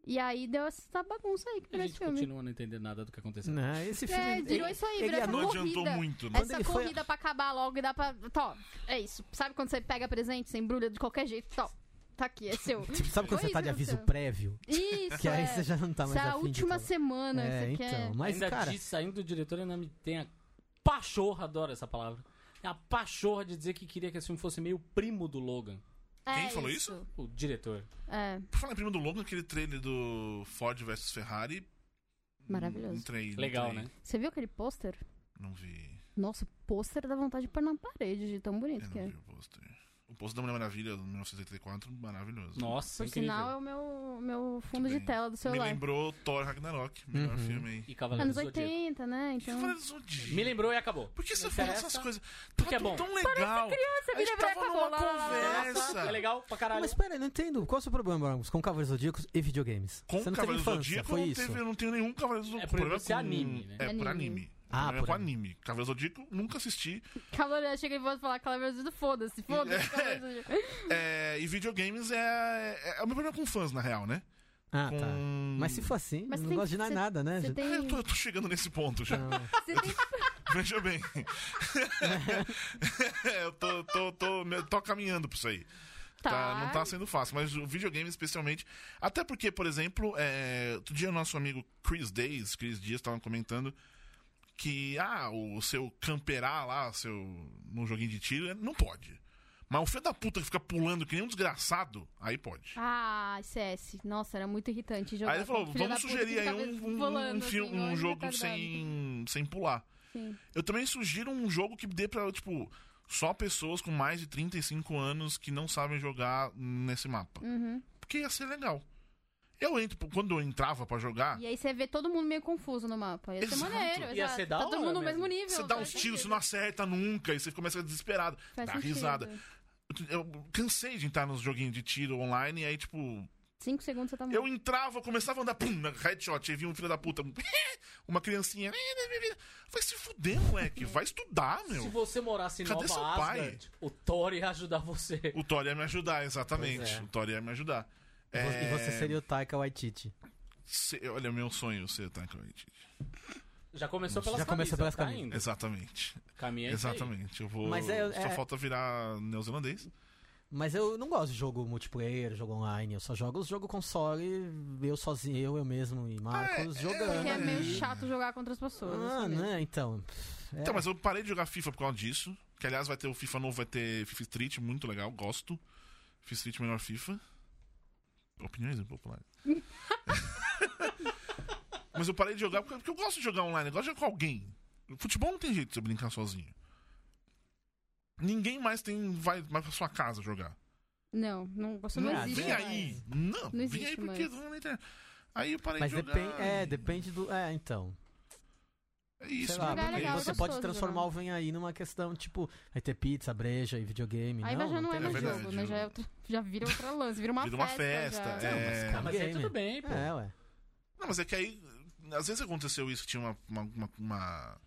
E aí deu essa bagunça aí que
A
virou esse
gente
filme.
continua não entendendo nada do que aconteceu.
Não, esse filme.
É, virou
ele-
isso aí,
ele
virou essa
Não
anun-
corrida.
adiantou muito, né?
Quando
Essa
ele foi-
corrida pra acabar logo e dá pra. Tó, é isso. Sabe quando você pega presente, você embrulha de qualquer jeito? Tó, tá aqui, é seu.
Tipo, sabe quando
Foi
você tá
isso
de
que
aviso
aconteceu.
prévio?
Isso!
Que aí
é.
você já não tá mais
Essa é a
afim de
última
falar.
semana
É,
que você
então.
quer.
Mas,
Ainda
cara.
diz, saindo do diretor, ainda me tem a pachorra, adoro essa palavra. É a pachorra de dizer que queria que esse filme fosse meio primo do Logan,
Quem
É
falou
o diretor.
É,
Por falar em primo do Logan, aquele trailer do Ford vs Ferrari.
maravilhoso.
Entrei,
Legal, né?
Você viu aquele pôster?
Não vi.
Nossa, o pôster dá vontade de pôr na parede, de tão
Eu
bonito
não
que é.
vi o pôster. O pôster da Mulher Maravilha, de 1984, maravilhoso.
Nossa,
Por
incrível.
sinal, é o meu, meu fundo
Muito
de
bem.
tela do
Tipo, Me
celular.
lembrou Thor Ragnarok, melhor
Uhum.
filme aí.
E Cavaleiro do
Anos
Zodíaco.
80, né?
Que
Então.
Cavaleiro do Zodíaco?
Me lembrou e acabou.
Por que você
Não
fala
interessa.
essas coisas? Tava
Porque é
tudo
bom.
tão legal.
criança,
a gente
vira,
tava
acabou,
numa
lá, lá, lá, lá, lá.
conversa.
É legal pra caralho.
Mas pera, eu não entendo. Qual é o seu problema, Marcos, com Cavaleiros Zodíacos e videogames?
Com
você não
Cavaleiro
teve
do
infância,
Zodíaco
foi
eu não,
isso?
teve- eu não tenho nenhum Cavaleiro do Zodíaco.
É proibido
O problema
ser anime, né?
É pra
Anime.
anime.
Ah,
o problema é
por
com
anime.
anime. Cavaleiro do Zodíaco, nunca assisti.
Cavaleiro, chega e vou falar Cavaleiro do foda-se, foda-se. Cavaleiro do Zodíaco.
É, e videogames é, é, é o meu problema com fãs, na real, né?
Ah,
com...
tá. Mas se for assim,
Mas
não
tem-
gosto de
você-
nada, né?
Você
gente?
Ah, Eu
tem.
tô, eu tô chegando nesse ponto já.
Não.
Você tem
Veja bem. eu tô, tô, tô, me- tô caminhando pra isso aí. Tá, não tá sendo fácil, mas o videogame especialmente. Até porque, por exemplo, é, outro dia nosso amigo Chris Days, Chris Dias, tava comentando que ah, o seu camperar lá, o seu num joguinho de tiro, não pode. Mas o filho da puta que fica pulando que nem um desgraçado, aí pode.
Ah, CS. Nossa, era muito irritante jogar.
aí ele falou,
com o filho
vamos
da puta que
sugerir aí
ficava
um, um,
volando,
um filme-
assim,
um
olha,
jogo
retardado.
sem, sem pular.
Sim.
Eu também sugiro um jogo que dê pra, tipo, só pessoas com mais de 35 anos que não sabem jogar nesse mapa.
Uhum.
Porque ia ser legal. Eu entro, quando eu entrava pra jogar,
E aí você vê todo mundo meio confuso no mapa. Ia ser
Ah. Exato.
maneiro.
Ia
exato.
ser da
tá todo
hora
mundo no
mesmo.
mesmo nível.
você dá
faz
uns tiros, você
sentido.
não acerta nunca, e você começa desesperado.
Faz
dá
sentido.
risada. Eu cansei de entrar nos joguinhos de tiro online, e aí, tipo,
Cinco segundos você tá morto.
eu entrava, começava a andar, pum, headshot, aí vinha um filho da puta, uma criancinha. Vai se fuder, moleque, vai estudar,
Se
meu.
você morasse em
Cadê
Nova
seu pai?
Asgard, o Thor ia ajudar você.
O Thor ia me ajudar, exatamente.
Pois é.
O Thor ia me ajudar.
E vo-
É,
E você seria o Taika Waititi.
se- olha, meu sonho ser Taika Waititi.
Já começou pelas
Já
camisas,
começou pelas
tá
camisas.
indo.
Exatamente.
Caminha isso aí.
Exatamente. Eu vou.
é Mas é-
Só
é-
falta virar neozelandês.
Mas eu não gosto de jogo multiplayer, jogo online. Eu só jogo os jogo console, eu sozinho, eu, eu mesmo e Marcos jogando.
Porque é
ali.
meio chato jogar contra as pessoas.
Ah,
isso mesmo.
né? Então. É.
Então, mas eu parei de jogar FIFA por causa disso. Que aliás vai ter o FIFA novo, vai ter FIFA Street, muito legal, gosto. FIFA Street melhor FIFA. Opiniões um impopulares. mas eu parei de jogar porque porque eu gosto de jogar online, eu gosto de jogar com alguém. Futebol não tem jeito de você brincar sozinho. Ninguém mais tem vai mais pra sua casa jogar.
Não, não, você não,
Não,
Ah,
existe.
Vem
né?
mais.
aí! Não,
Não
vem aí
existe
porque
mais.
não na internet. Aí eu parei
Mas
de jogar.
depende. É, depende do. É, então.
É isso,
Sei
não
lá,
Jogar é
tem
legal,
jeito.
você
gostoso
pode transformar
jogar.
o Vem aí numa questão, tipo, vai ter pizza, breja e videogame.
Aí
não,
já não é
tem
mais
mais
nada.
verdade,
jogo, né?
eu-
Já, é outra- já vira outra lance, vira uma
Vira uma
festa.
festa.
já.
é.
Ah, mas aí
Game.
tudo bem, pô.
É, ué.
Não, mas é que aí. Às vezes aconteceu isso, tinha uma. uma- uma- uma-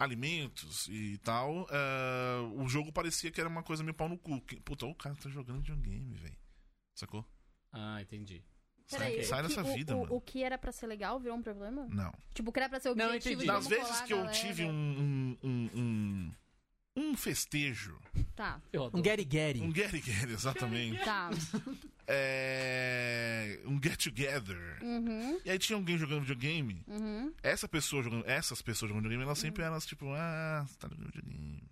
alimentos e tal. eh, o jogo parecia que era uma coisa meio pau no cu. Que, puta, o cara tá jogando videogame, velho. Sacou?
Ah, entendi.
Peraí,
Sai,
o
sai
que-
dessa
o-
vida,
o-
mano.
O que era pra ser legal virou um problema?
Não.
Tipo, o que era pra ser
Não, eu
objetivo
entendi.
de
Das
vamos
vezes
colar é, a
que eu
galera. né?
tive um. um, um- um- um festejo.
Tá,
Eu adoro.
Um Gary Gary.
Um get together, exatamente.
tá.
É, um get together.
Uhum,
E aí tinha alguém jogando videogame.
uhum.
Essa pessoa jogando, essas pessoas jogando videogame, elas
Hum.
sempre eram elas, tipo, ah, você tá jogando videogame.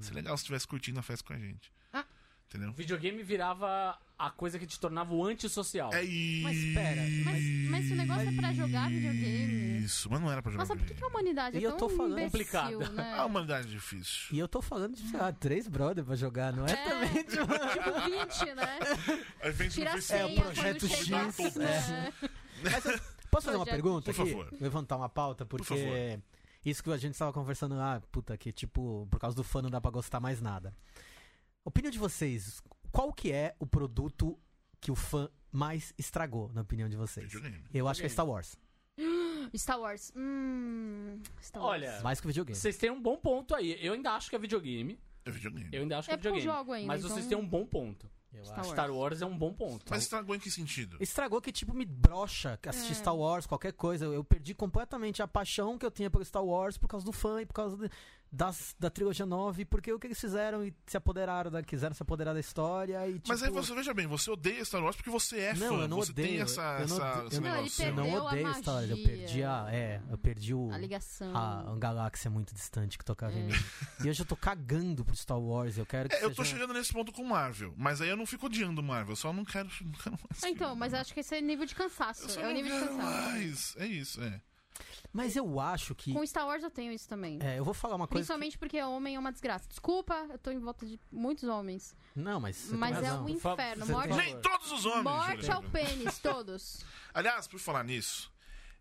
Seria legal se estivesse curtindo a festa com a gente.
Ah.
Entendeu?
Videogame virava a coisa que te tornava o antissocial.
É isso.
Mas espera,
Mas, mas se o negócio é pra jogar videogame.
Isso, mas não era pra jogar
Nossa, por que, que a
videogame.
humanidade é
E eu
tão
tô falando- Ah,
imbecil,
Complicado.
né?
A humanidade é difícil.
E eu tô falando de, sei lá, três brother pra jogar, não é,
É.
também de uma-
Tipo 20, né?
Aí vem
Tira a
É,
senha
o
quando
projeto
chega.
X,
Nossa,
é.
é.
Mas eu- posso fazer uma
Projeto.
pergunta
Por
aqui?
favor.
Levantar uma pauta, porque
favor.
isso que a gente tava conversando lá, puta, que tipo, por causa do fã não dá pra gostar mais nada. Opinião de vocês, qual que é o produto que o fã mais estragou, na opinião de vocês?
Videogame.
Eu acho que é Star Wars.
né? Star Wars. Hum. Star Wars.
É.
Olha,
Mais que videogame.
vocês têm um bom ponto aí. Eu ainda acho que é videogame.
É videogame.
Eu ainda acho que é
É porque eu
videogame.
jogo ainda,
mas vocês têm
então- Tá
um bom ponto.
Eu
Star
acho.
Wars.
Star Wars é um bom ponto.
Mas estragou em que sentido?
Estragou que, tipo, me brocha assistir
É.
Star Wars, qualquer coisa. Eu, eu perdi completamente a paixão que eu tinha por Star Wars por causa do fã e por causa de- das, da trilogia 9, porque o que eles fizeram e se apoderaram, da, quiseram se apoderar da história e, tipo...
Mas aí você veja bem, você odeia Star Wars porque você é
Não,
fã.
eu não
você tem
odeio,
essa,
eu não
essa,
odeio.
esse
Eu
não, ele
negócio.
Eu não
Perdeu a
odeio Star Wars, eu
magia.
perdi a... É, eu perdi o...
A ligação. Ah, É.
A, a galáxia muito distante que tocava em mim. E hoje eu tô cagando pro Star Wars, eu quero que
É, eu tô
seja-
chegando nesse ponto com Marvel, mas aí eu não fico odiando Marvel, eu só não quero, não quero mais.
Ah, Então, mas eu acho que esse é nível de
Eu
cansaço.
só
É o
não
nível de
quero
cansaço.
mais. É isso, é.
Mas eu acho que...
Com Star Wars eu tenho isso também.
É, eu vou falar uma coisa... que-
Principalmente porque homem é uma desgraça. Desculpa, eu tô em volta de muitos homens.
Não, mas você tem
mas é
razão. Hum,
um
Por favor,
inferno.
você
Morte,
tem-
Nem todos os homens.
morte
Juliana.
ao pênis, todos.
Aliás, por falar nisso,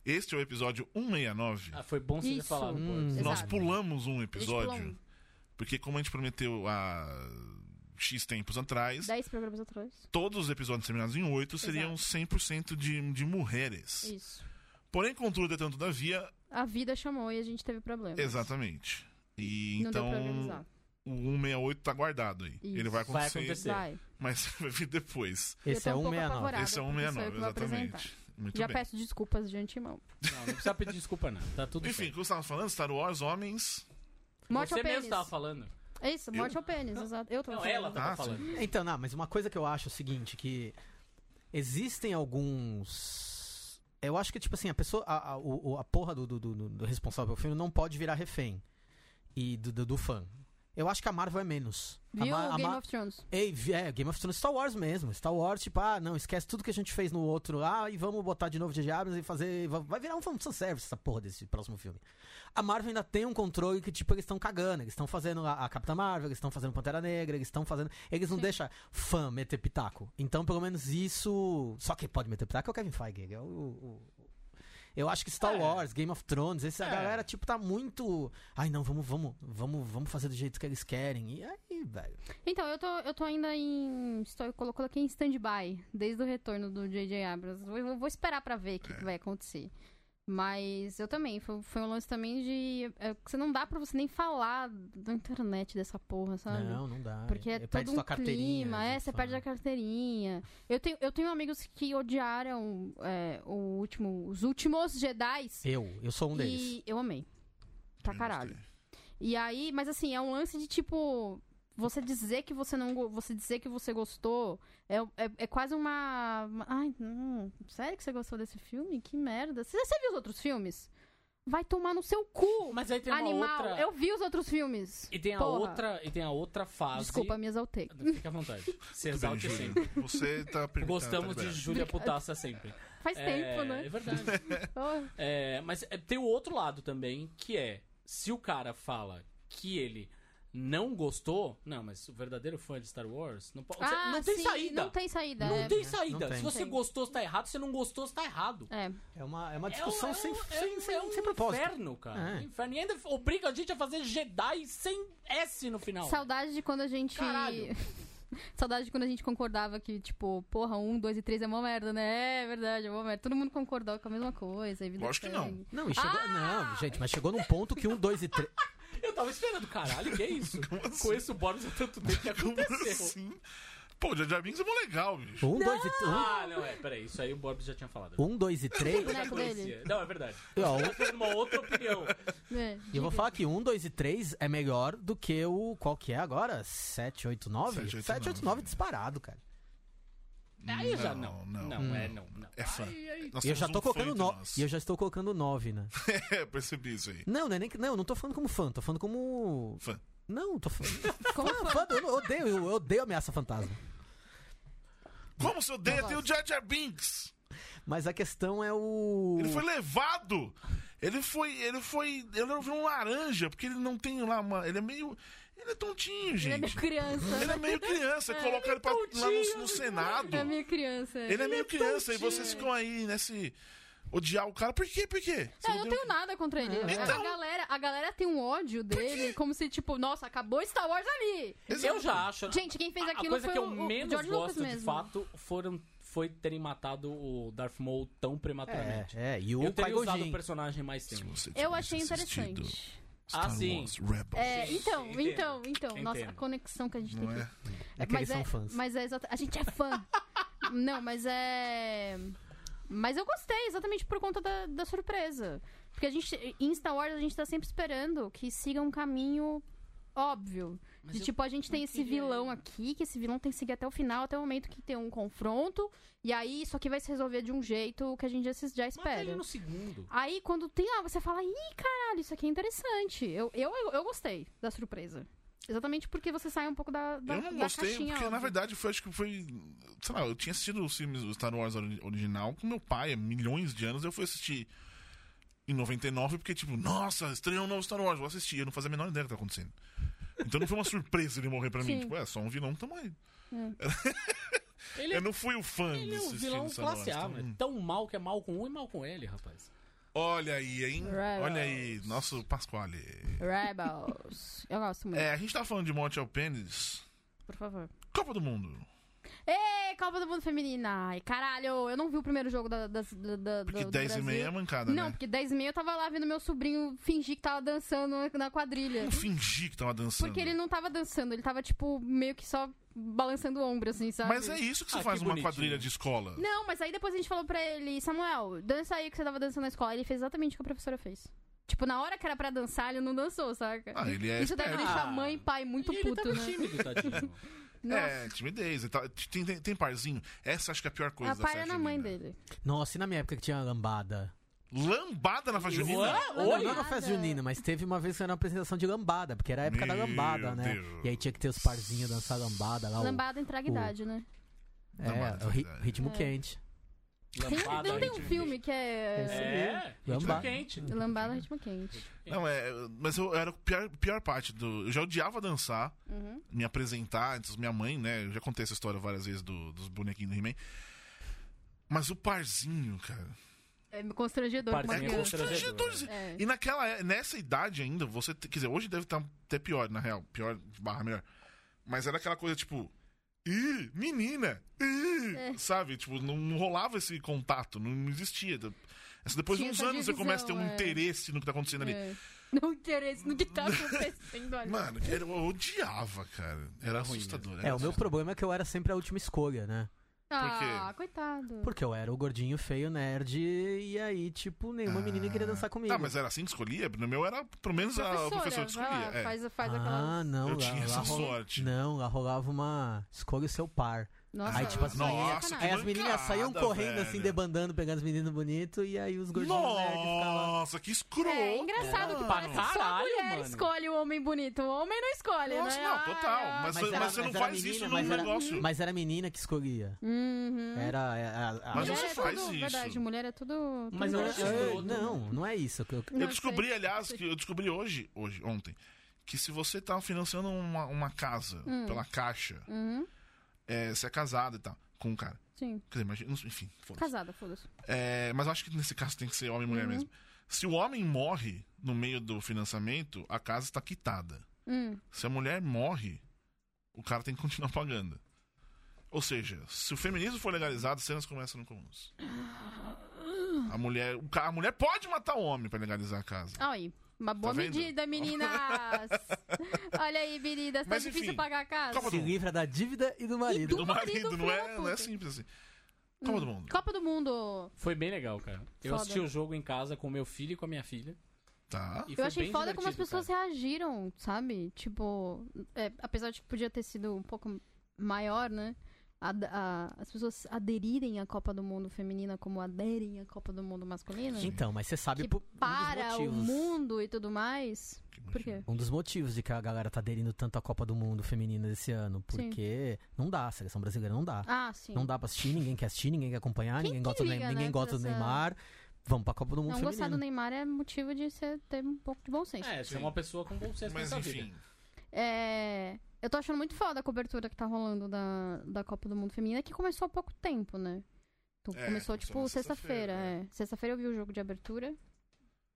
este é o episódio 169.
Ah, foi bom você ter
Isso.
falado. pô.
Hum.
Nós
Exato.
pulamos um
pulou
episódio,
um.
porque como a gente prometeu há X tempos atrás,
Dez programas atrás.
todos os episódios terminados em 8 seriam 100% de, de mulheres.
Isso.
Porém, contudo, detanto da via,
A vida chamou e a gente teve problemas.
exatamente. E
Não deu pra
então
organizar.
o 168 tá guardado aí.
Isso.
Ele vai
Vai
acontecer,
acontecer.
Vai.
mas vai vir depois.
Esse
Eu
é
tô um pouco
169.
apavorada. Parada,
Esse é o
porque sou eu
169,
que vou apresentar.
exatamente. Muito
Já
bem.
peço desculpas de antemão.
Não, não precisa pedir desculpa, não. Tá tudo
Enfim,
certo.
como estávamos falando, Star Wars, homens.
Morte
Você
ao pênis. tá.
mesmo tava falando.
É isso, morte ao pênis, exato. Eu tô
Não,
falando.
ela tá- tava
Ah, sim.
falando.
Então, não, mas uma coisa que eu acho é o seguinte, que existem alguns... Eu acho que, tipo assim, a pessoa... A, a, o- o- a porra do, do, do- do responsável pelo filme não pode virar refém. E do, do, do fã. Eu acho que a Marvel é menos. a
Viu
Ma- a
Game
Ma-
of Thrones?
Ei, vi- é, Game of Thrones, Star Wars mesmo. Star Wars, tipo, ah, não, esquece tudo que a gente fez no outro lá e vamos botar de novo de Abrams e fazer... va- Vai virar um fanservice essa porra desse próximo filme. A Marvel ainda tem um controle que, tipo, eles estão cagando. Eles estão fazendo a, a Capitã Marvel, eles estão fazendo Pantera Negra, eles estão fazendo... Eles não
Sim.
deixam fã meter pitaco. Então, pelo menos isso... Só quem pode meter pitaco é o Kevin Feige. ele é o- o- o- Eu acho que Star
É.
Wars, Game of Thrones, essa
É.
galera, tipo, tá muito... Ai, não, vamos, vamos, vamos, vamos fazer do jeito que eles querem. E aí, velho...
Então, eu tô, eu tô ainda em. Estou colocando aqui em stand-by, desde o retorno do J.J. Abrams. Vou, eu vou esperar pra ver o
É.
que, que vai acontecer. Mas eu também, foi, foi um lance também de. é, que você não dá pra você nem falar da internet dessa porra, sabe?
Não, não dá.
Porque é
Aí
todo um clima, é,
de
você
fã.
perde a carteirinha. Eu tenho, eu tenho amigos que odiaram é, o último, os últimos Jedi.
Eu, eu sou um deles.
E eu amei. Pra
Eu
caralho.
gostei.
E aí, mas assim, é um lance de tipo. Você dizer que você não. go- Você dizer que você gostou. É, é, é quase uma. uma- Ai, não. Sério que você gostou desse filme? Que merda. Você, você viu os outros filmes? Vai tomar no seu cu!
Mas aí tem uma
Uh, Animal,
outra...
eu vi os outros filmes.
E tem a
Porra.
outra... E tem a outra fase...
Desculpa, me exaltei.
Fica à vontade. Se
Muito bem,
exalte
Júlia.
sempre.
Você tá perguntando.
Gostamos
tá
de
liberado.
Júlia Putaça sempre.
Faz
É,
tempo, né?
É verdade.
Oh,
É, mas é, tem o outro lado também, que é... Se o cara fala que ele não gostou... Não, mas o verdadeiro fã de Star Wars... Não, pode,
Ah,
não tem
sim,
saída.
Não tem saída.
Não
é.
tem saída.
né? Não tem.
Se você
Tem.
gostou, você tá errado. Se não gostou, você tá errado.
É.
É uma, é uma
É um-
discussão
é um-
sem,
é
sem,
um-
sem,
é um
sem propósito.
inferno, cara.
É.
Inferno. E ainda obriga a gente a fazer Jedi sem S no final.
Saudade de quando a gente.
Caralho.
Saudade de quando a gente concordava que, tipo, porra, um, dois e três é mó merda, né? É verdade, é mó merda. Todo mundo concordou com a mesma coisa. e vida
Lógico que não.
segue.
Não, e chegou. Não, gente, mas chegou num ponto que um, dois e três.
Eu tava esperando, caralho, que é isso?
Como assim?
Conheço o Boris há tanto tempo que
Como
aconteceu.
assim? Pô, o Jar Jar Binks é mó legal, bicho.
Um, dois e três.
Ah, não, é, peraí, isso aí o Boris já tinha falado.
Um, dois e três.
Eu já
boneco dele.
conhecia. Não, é verdade.
Ó, um-
Eu tô tendo uma outra opinião.
É,
E eu vou
diga.
falar que um, dois e três é melhor do que o. Qual que é agora? 7, 8, 9?
Sete, oito,
7, 8, 9
nove.
disparado, cara.
Aí já não.
Não,
Não,
não.
é não. não.
É fã.
Aí, aí.
Nós
E eu
temos
já
um
tô
fã
colocando
entre
9.
nós.
E eu já estou colocando 9, né?
É, percebi isso aí.
Não, não é nem que. Não, eu não tô falando como fã, tô falando como.
Fã.
Não, tô falando.
Como
Não,
foi?
fã, eu odeio, eu odeio ameaça fantasma.
Como se odeia tem o Jar Jar Binks?
Mas a questão é o.
Ele foi levado. Ele foi. Ele foi. Ele não virou um laranja, porque ele não tem lá uma. Ele é meio. Ele é tontinho,
Ele é
gente.
meio criança.
Ele é meio criança. Colocar ele pra, lá no, no Senado.
Ele é meio criança.
Ele é meio criança e vocês ficam aí nesse. Odiar o cara. Por quê? Por quê? Você
É, eu não
odeia-
tenho nada contra ele.
Então-
A, galera, a galera tem um ódio dele, como se, tipo, nossa, acabou Star Wars ali.
Exato.
Eu já acho. né?
Gente, quem fez
a-
aquilo
a coisa
foi
que eu
o- o
menos
George Lucas
gosto de
mesmo.
fato foram foi terem matado o Darth Maul tão
É,
prematuramente.
é, e o
Eu
Pai
teria usado o
Gojin.
personagem mais tempo.
você
Eu
tivesse
achei
assistido
interessante.
Star
Ah, sim.
Wars Rebels.
É, tipo,
Sim,
então,
entendo.
então, então. Nossa,
Entendo.
a conexão que a gente tem
Não
aqui.
é?
É que
mas
eles são
é,
fãs.
Mas é exata- A gente é fã. Não, mas é. Mas eu gostei, exatamente por conta da, da surpresa. Porque a gente. Em Star Wars a gente tá sempre esperando que siga um caminho óbvio.
Mas
De
eu-
tipo, a gente tem esse
queria
vilão aqui, que esse vilão tem que seguir até o final, até o momento que tem um confronto. E aí isso aqui vai se resolver de um jeito que a gente já, se- já
Mata ele
espera.
no segundo.
Aí quando tem lá, você fala, ih, caralho, isso aqui é interessante. Eu, eu, eu gostei da surpresa. Exatamente porque você sai um pouco da, da,
eu não
da
gostei,
caixinha.
porque na
óbvio.
verdade foi, acho que foi. Sei lá, eu tinha assistido os filmes do Star Wars ori- original com meu pai há milhões de anos. Eu fui assistir em 99, porque, tipo, nossa, estreou um novo Star Wars, vou assistir. Eu não fazia a menor ideia do que tá acontecendo. Então não foi uma surpresa ele morrer pra mim.
Sim.
Tipo, é só um vilão tá morrendo.
Ele é
Eu não fui o fã
Ele é um
desse
vilão
filme Star Wars,
classe A,
então,
mano.
hum.
Tão mal que é mal com um e mal com ele, rapaz.
Olha aí, hein?
Rebels.
Olha aí, nosso Pasquale.
Rebels. Eu gosto muito.
É, a gente tá falando de Monte ao Pênis.
Por favor.
Copa do Mundo.
Ei, Copa do Mundo Feminina. Ai, caralho, eu não vi o primeiro jogo da, das- da- da- do,
Porque
do
10 e
Brasil.
meia é mancada,
Não,
né?
porque 10 e meia eu tava lá vendo meu sobrinho fingir que tava dançando na quadrilha.
Eu fingi que tava dançando.
Porque ele não tava dançando, ele tava, tipo, meio que só balançando o ombro, assim, sabe?
Mas é isso que você
Ah,
faz
que
numa
bonitinho.
quadrilha de escola.
Não, mas aí depois a gente falou pra ele, Samuel, dança aí que você tava dançando na escola. Ele fez exatamente o que a professora fez. Tipo, na hora que era pra dançar, ele não dançou, saca?
Ah, ele é
Isso deve
esperto.
deixar mãe e pai muito
e ele tá
puto,
tava
né?
tímido, tadinho.
Nossa,
É, timidez. e tal. Tem, tem, tem parzinho. Essa acho que é a pior coisa
a
da
pai
festa
é na mãe
junina.
dele.
Nossa, e na minha época que tinha lambada?
Lambada na festa junina?
Ué?
Não,
Oi?
não na festa junina, mas teve uma vez que era uma apresentação de lambada, porque era a época da
Meu
lambada, né?
Deus.
E aí tinha que ter os parzinhos dançar lambada lá. o-
Lambada entrega
o-
idade, né?
Lambada,
É,
na
o ri-
verdade.
ritmo
É.
quente.
Tem,
Tá Lambada,
não tem um
gente.
filme que é...
É, ritmo
Lambada.
quente.
Lambada Ritmo Quente.
Não, é. Mas eu era a pior, pior parte do. Eu já odiava dançar,
Uhum.
me apresentar. Antes, minha mãe, né? Eu já contei essa história várias vezes do- dos bonequinhos do He-Man. Mas o parzinho, cara.
É constrangedor. com uma
É
Parzinho
criança.
constrangedorzinho.
É.
E naquela, nessa idade ainda, você. te- Quer dizer, hoje deve estar até pior, na real. Pior barra melhor. Mas era aquela coisa tipo. Ih, menina! Ih,
É.
Sabe? Tipo, não, não rolava esse contato, não, não existia. Mas depois
Tinha
de uns
essa
anos você começa a ter um
divisão, é.
interesse no que tá acontecendo ali.
É. Não interessa no que tá acontecendo ali.
Mano, eu, eu odiava, cara. Era
ruim
assustador. Tá,
É,
era
o meu
assustador.
problema é que eu era sempre a última escolha, né?
ah, coitado.
Porque eu era o gordinho, feio, nerd, e aí, tipo, nenhuma menina queria dançar comigo.
Ah, mas era assim que escolhia? No meu era, pelo menos, a professora que
vai lá,
escolhia. é.
faz, faz
Ah,
aquelas...
não,
Eu
lá,
tinha
lá
essa
rola-
sorte.
Não, lá rolava uma escolha o seu par.
Nossa, é
Aí, tipo assim,
nossa,
Ah,
Aí as
Mancada,
meninas saíam correndo, assim,
velho.
debandando, pegando os meninos bonitos, e aí os gordinhos nerd ficavam.
Nossa, que escroto!
É engraçado que
mano.
parece que só a
né? Caralho,
mulher
mano.
escolhe o homem bonito. O homem não escolhe,
Nossa,
né?
não,
Ah,
total.
ah,
Mas,
Mas era-
mas você
mas
não
era
faz
menina,
isso num
mas era-
negócio.
Mas era a menina que escolhia.
Uhum.
Era. era- a-
É,
a-
Mas
Mulher
você
é
faz
tudo,
isso.
Verdade, mulher é tudo... tudo
Mas eu
mulher.
acho
É,
escroto,
não, não é isso. que eu-
Eu
Não,
descobri,
sei.
aliás, que eu descobri hoje, hoje, ontem, que se você tá financiando uma, uma casa
Hum.
pela caixa,
Uhum,
é, você é casado e tal, com um cara.
sim.
Quer dizer, imagina, enfim, foda-se.
Casada, foda-se.
É, mas eu acho que nesse caso tem que ser homem e mulher
Uhum.
mesmo. Se o homem morre no meio do financiamento, a casa está quitada.
Hum.
Se a mulher morre, o cara tem que continuar pagando. Ou seja, se o feminismo for legalizado, cenas começam no comuns. A mulher, o ca- a mulher pode matar o homem pra legalizar a casa.
Olha aí. Uma boa
Tá vendo?
medida, meninas! Olha aí, meninas, tá
Mas,
difícil
enfim,
pagar a casa.
Copa
Se livra é da dívida e do marido.
do-
do
marido,
marido, não
filho da
é,
puta. Hum.
não é simples assim. Copa do Mundo.
Copa do Mundo!
Foi bem legal, cara. Eu
Foda.
assisti o jogo em casa com meu filho e com a minha filha.
Tá.
e foi
Eu achei
bem
foda como as
divertido,
pessoas
cara.
reagiram, sabe? Tipo, é, apesar de que podia ter sido um pouco maior, né? A- a- as pessoas aderirem à Copa do Mundo feminina como aderem à Copa do Mundo masculina.
Então, mas você sabe
Que
por, um dos
para o
motivos.
mundo e tudo mais. Por quê?
Um dos motivos de que a galera tá aderindo tanto à Copa do Mundo feminina desse ano. Porque não dá, a seleção brasileira não dá.
Ah, sim.
Não dá pra assistir, ninguém quer assistir, ninguém quer acompanhar,
Quem
ninguém,
que
gosta, do,
liga,
Neymar- ninguém
né,
gosta do
pra essa-
Neymar. Vamos pra Copa do Mundo
Não
feminina.
gostar do Neymar é motivo de você ter um pouco de bom senso.
um É, você é uma pessoa com bom senso
Mas
nessa vida.
enfim.
É, Eu tô achando muito foda a cobertura que tá rolando da, da Copa do Mundo Feminina, que começou há pouco tempo, né? Tu-
É,
começou,
começou na
tipo,
sexta-feira,
sexta-feira. é. Sexta-feira eu vi o jogo de abertura.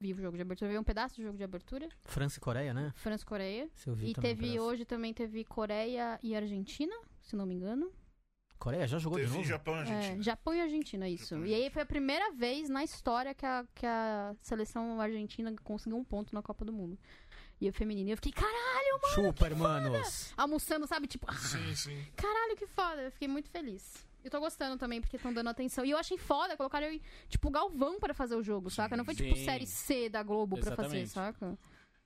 Vi o jogo de abertura, vi um pedaço do jogo de abertura.
França e Coreia, né?
França e Coreia.
Se eu vi
e
também, um
teve
parece.
hoje também teve Coreia e Argentina, se não me engano.
Coreia já jogou de
Teve
novo?
Japão e
É,
Argentina.
Japão e Argentina, isso.
Japão e
E aí foi a primeira vez na história que a, que a seleção argentina conseguiu um ponto na Copa do Mundo. E eu feminina. E eu fiquei, caralho, mano!
Chupa, hermanos.
Almoçando, sabe? Tipo, ah,
Sim, sim.
caralho, que foda. Eu fiquei muito feliz. Eu tô gostando também, porque estão dando atenção. E eu achei foda colocar, tipo, o Galvão pra fazer o jogo, saca? Não foi, tipo,
Sim.
série C da Globo pra fazer,
Exatamente.
saca?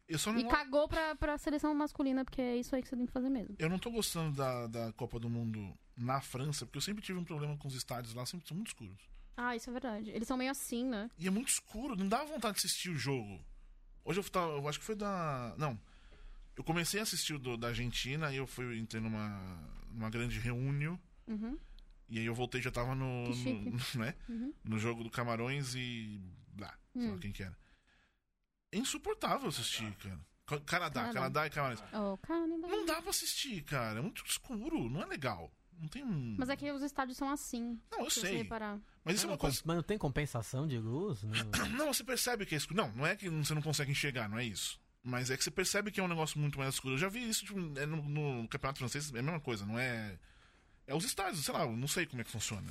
Eu só
E
não,
cagou pra, pra seleção masculina, porque é isso aí que você tem que fazer mesmo.
eu não tô gostando da, da Copa do Mundo na França, porque eu sempre tive um problema com os estádios lá, sempre são muito escuros.
Ah, isso é verdade. Eles são meio assim, né?
E é muito escuro, não dá vontade de assistir o jogo. Hoje eu tava, eu acho que foi da. Não. Eu comecei a assistir o do- da Argentina e eu fui entrei numa, numa grande reunião.
Uhum.
E aí eu voltei já tava no.
Que chique.
no- né?
Uhum.
no jogo do Camarões e. lá, sei lá
Hum.
quem que era. É insuportável assistir, cara. Ca- Canadá,
Canadá.
Canadá e Camarões.
Oh, Canadá.
Não dá pra assistir, cara. É muito escuro, não é legal. Não tem um.
Mas é que os estádios são assim.
Não, eu
se você
sei.
reparar.
Mas isso é
Não
uma coisa.
comp- Mas não tem compensação de luz? Não.
Não, você percebe que é escuro. Não, não é que você não consegue enxergar, não é isso. Mas é que você percebe que é um negócio muito mais escuro. Eu já vi isso tipo, é no, no Campeonato Francês, é a mesma coisa, não é. É os estádios, sei lá, eu não sei como é que funciona.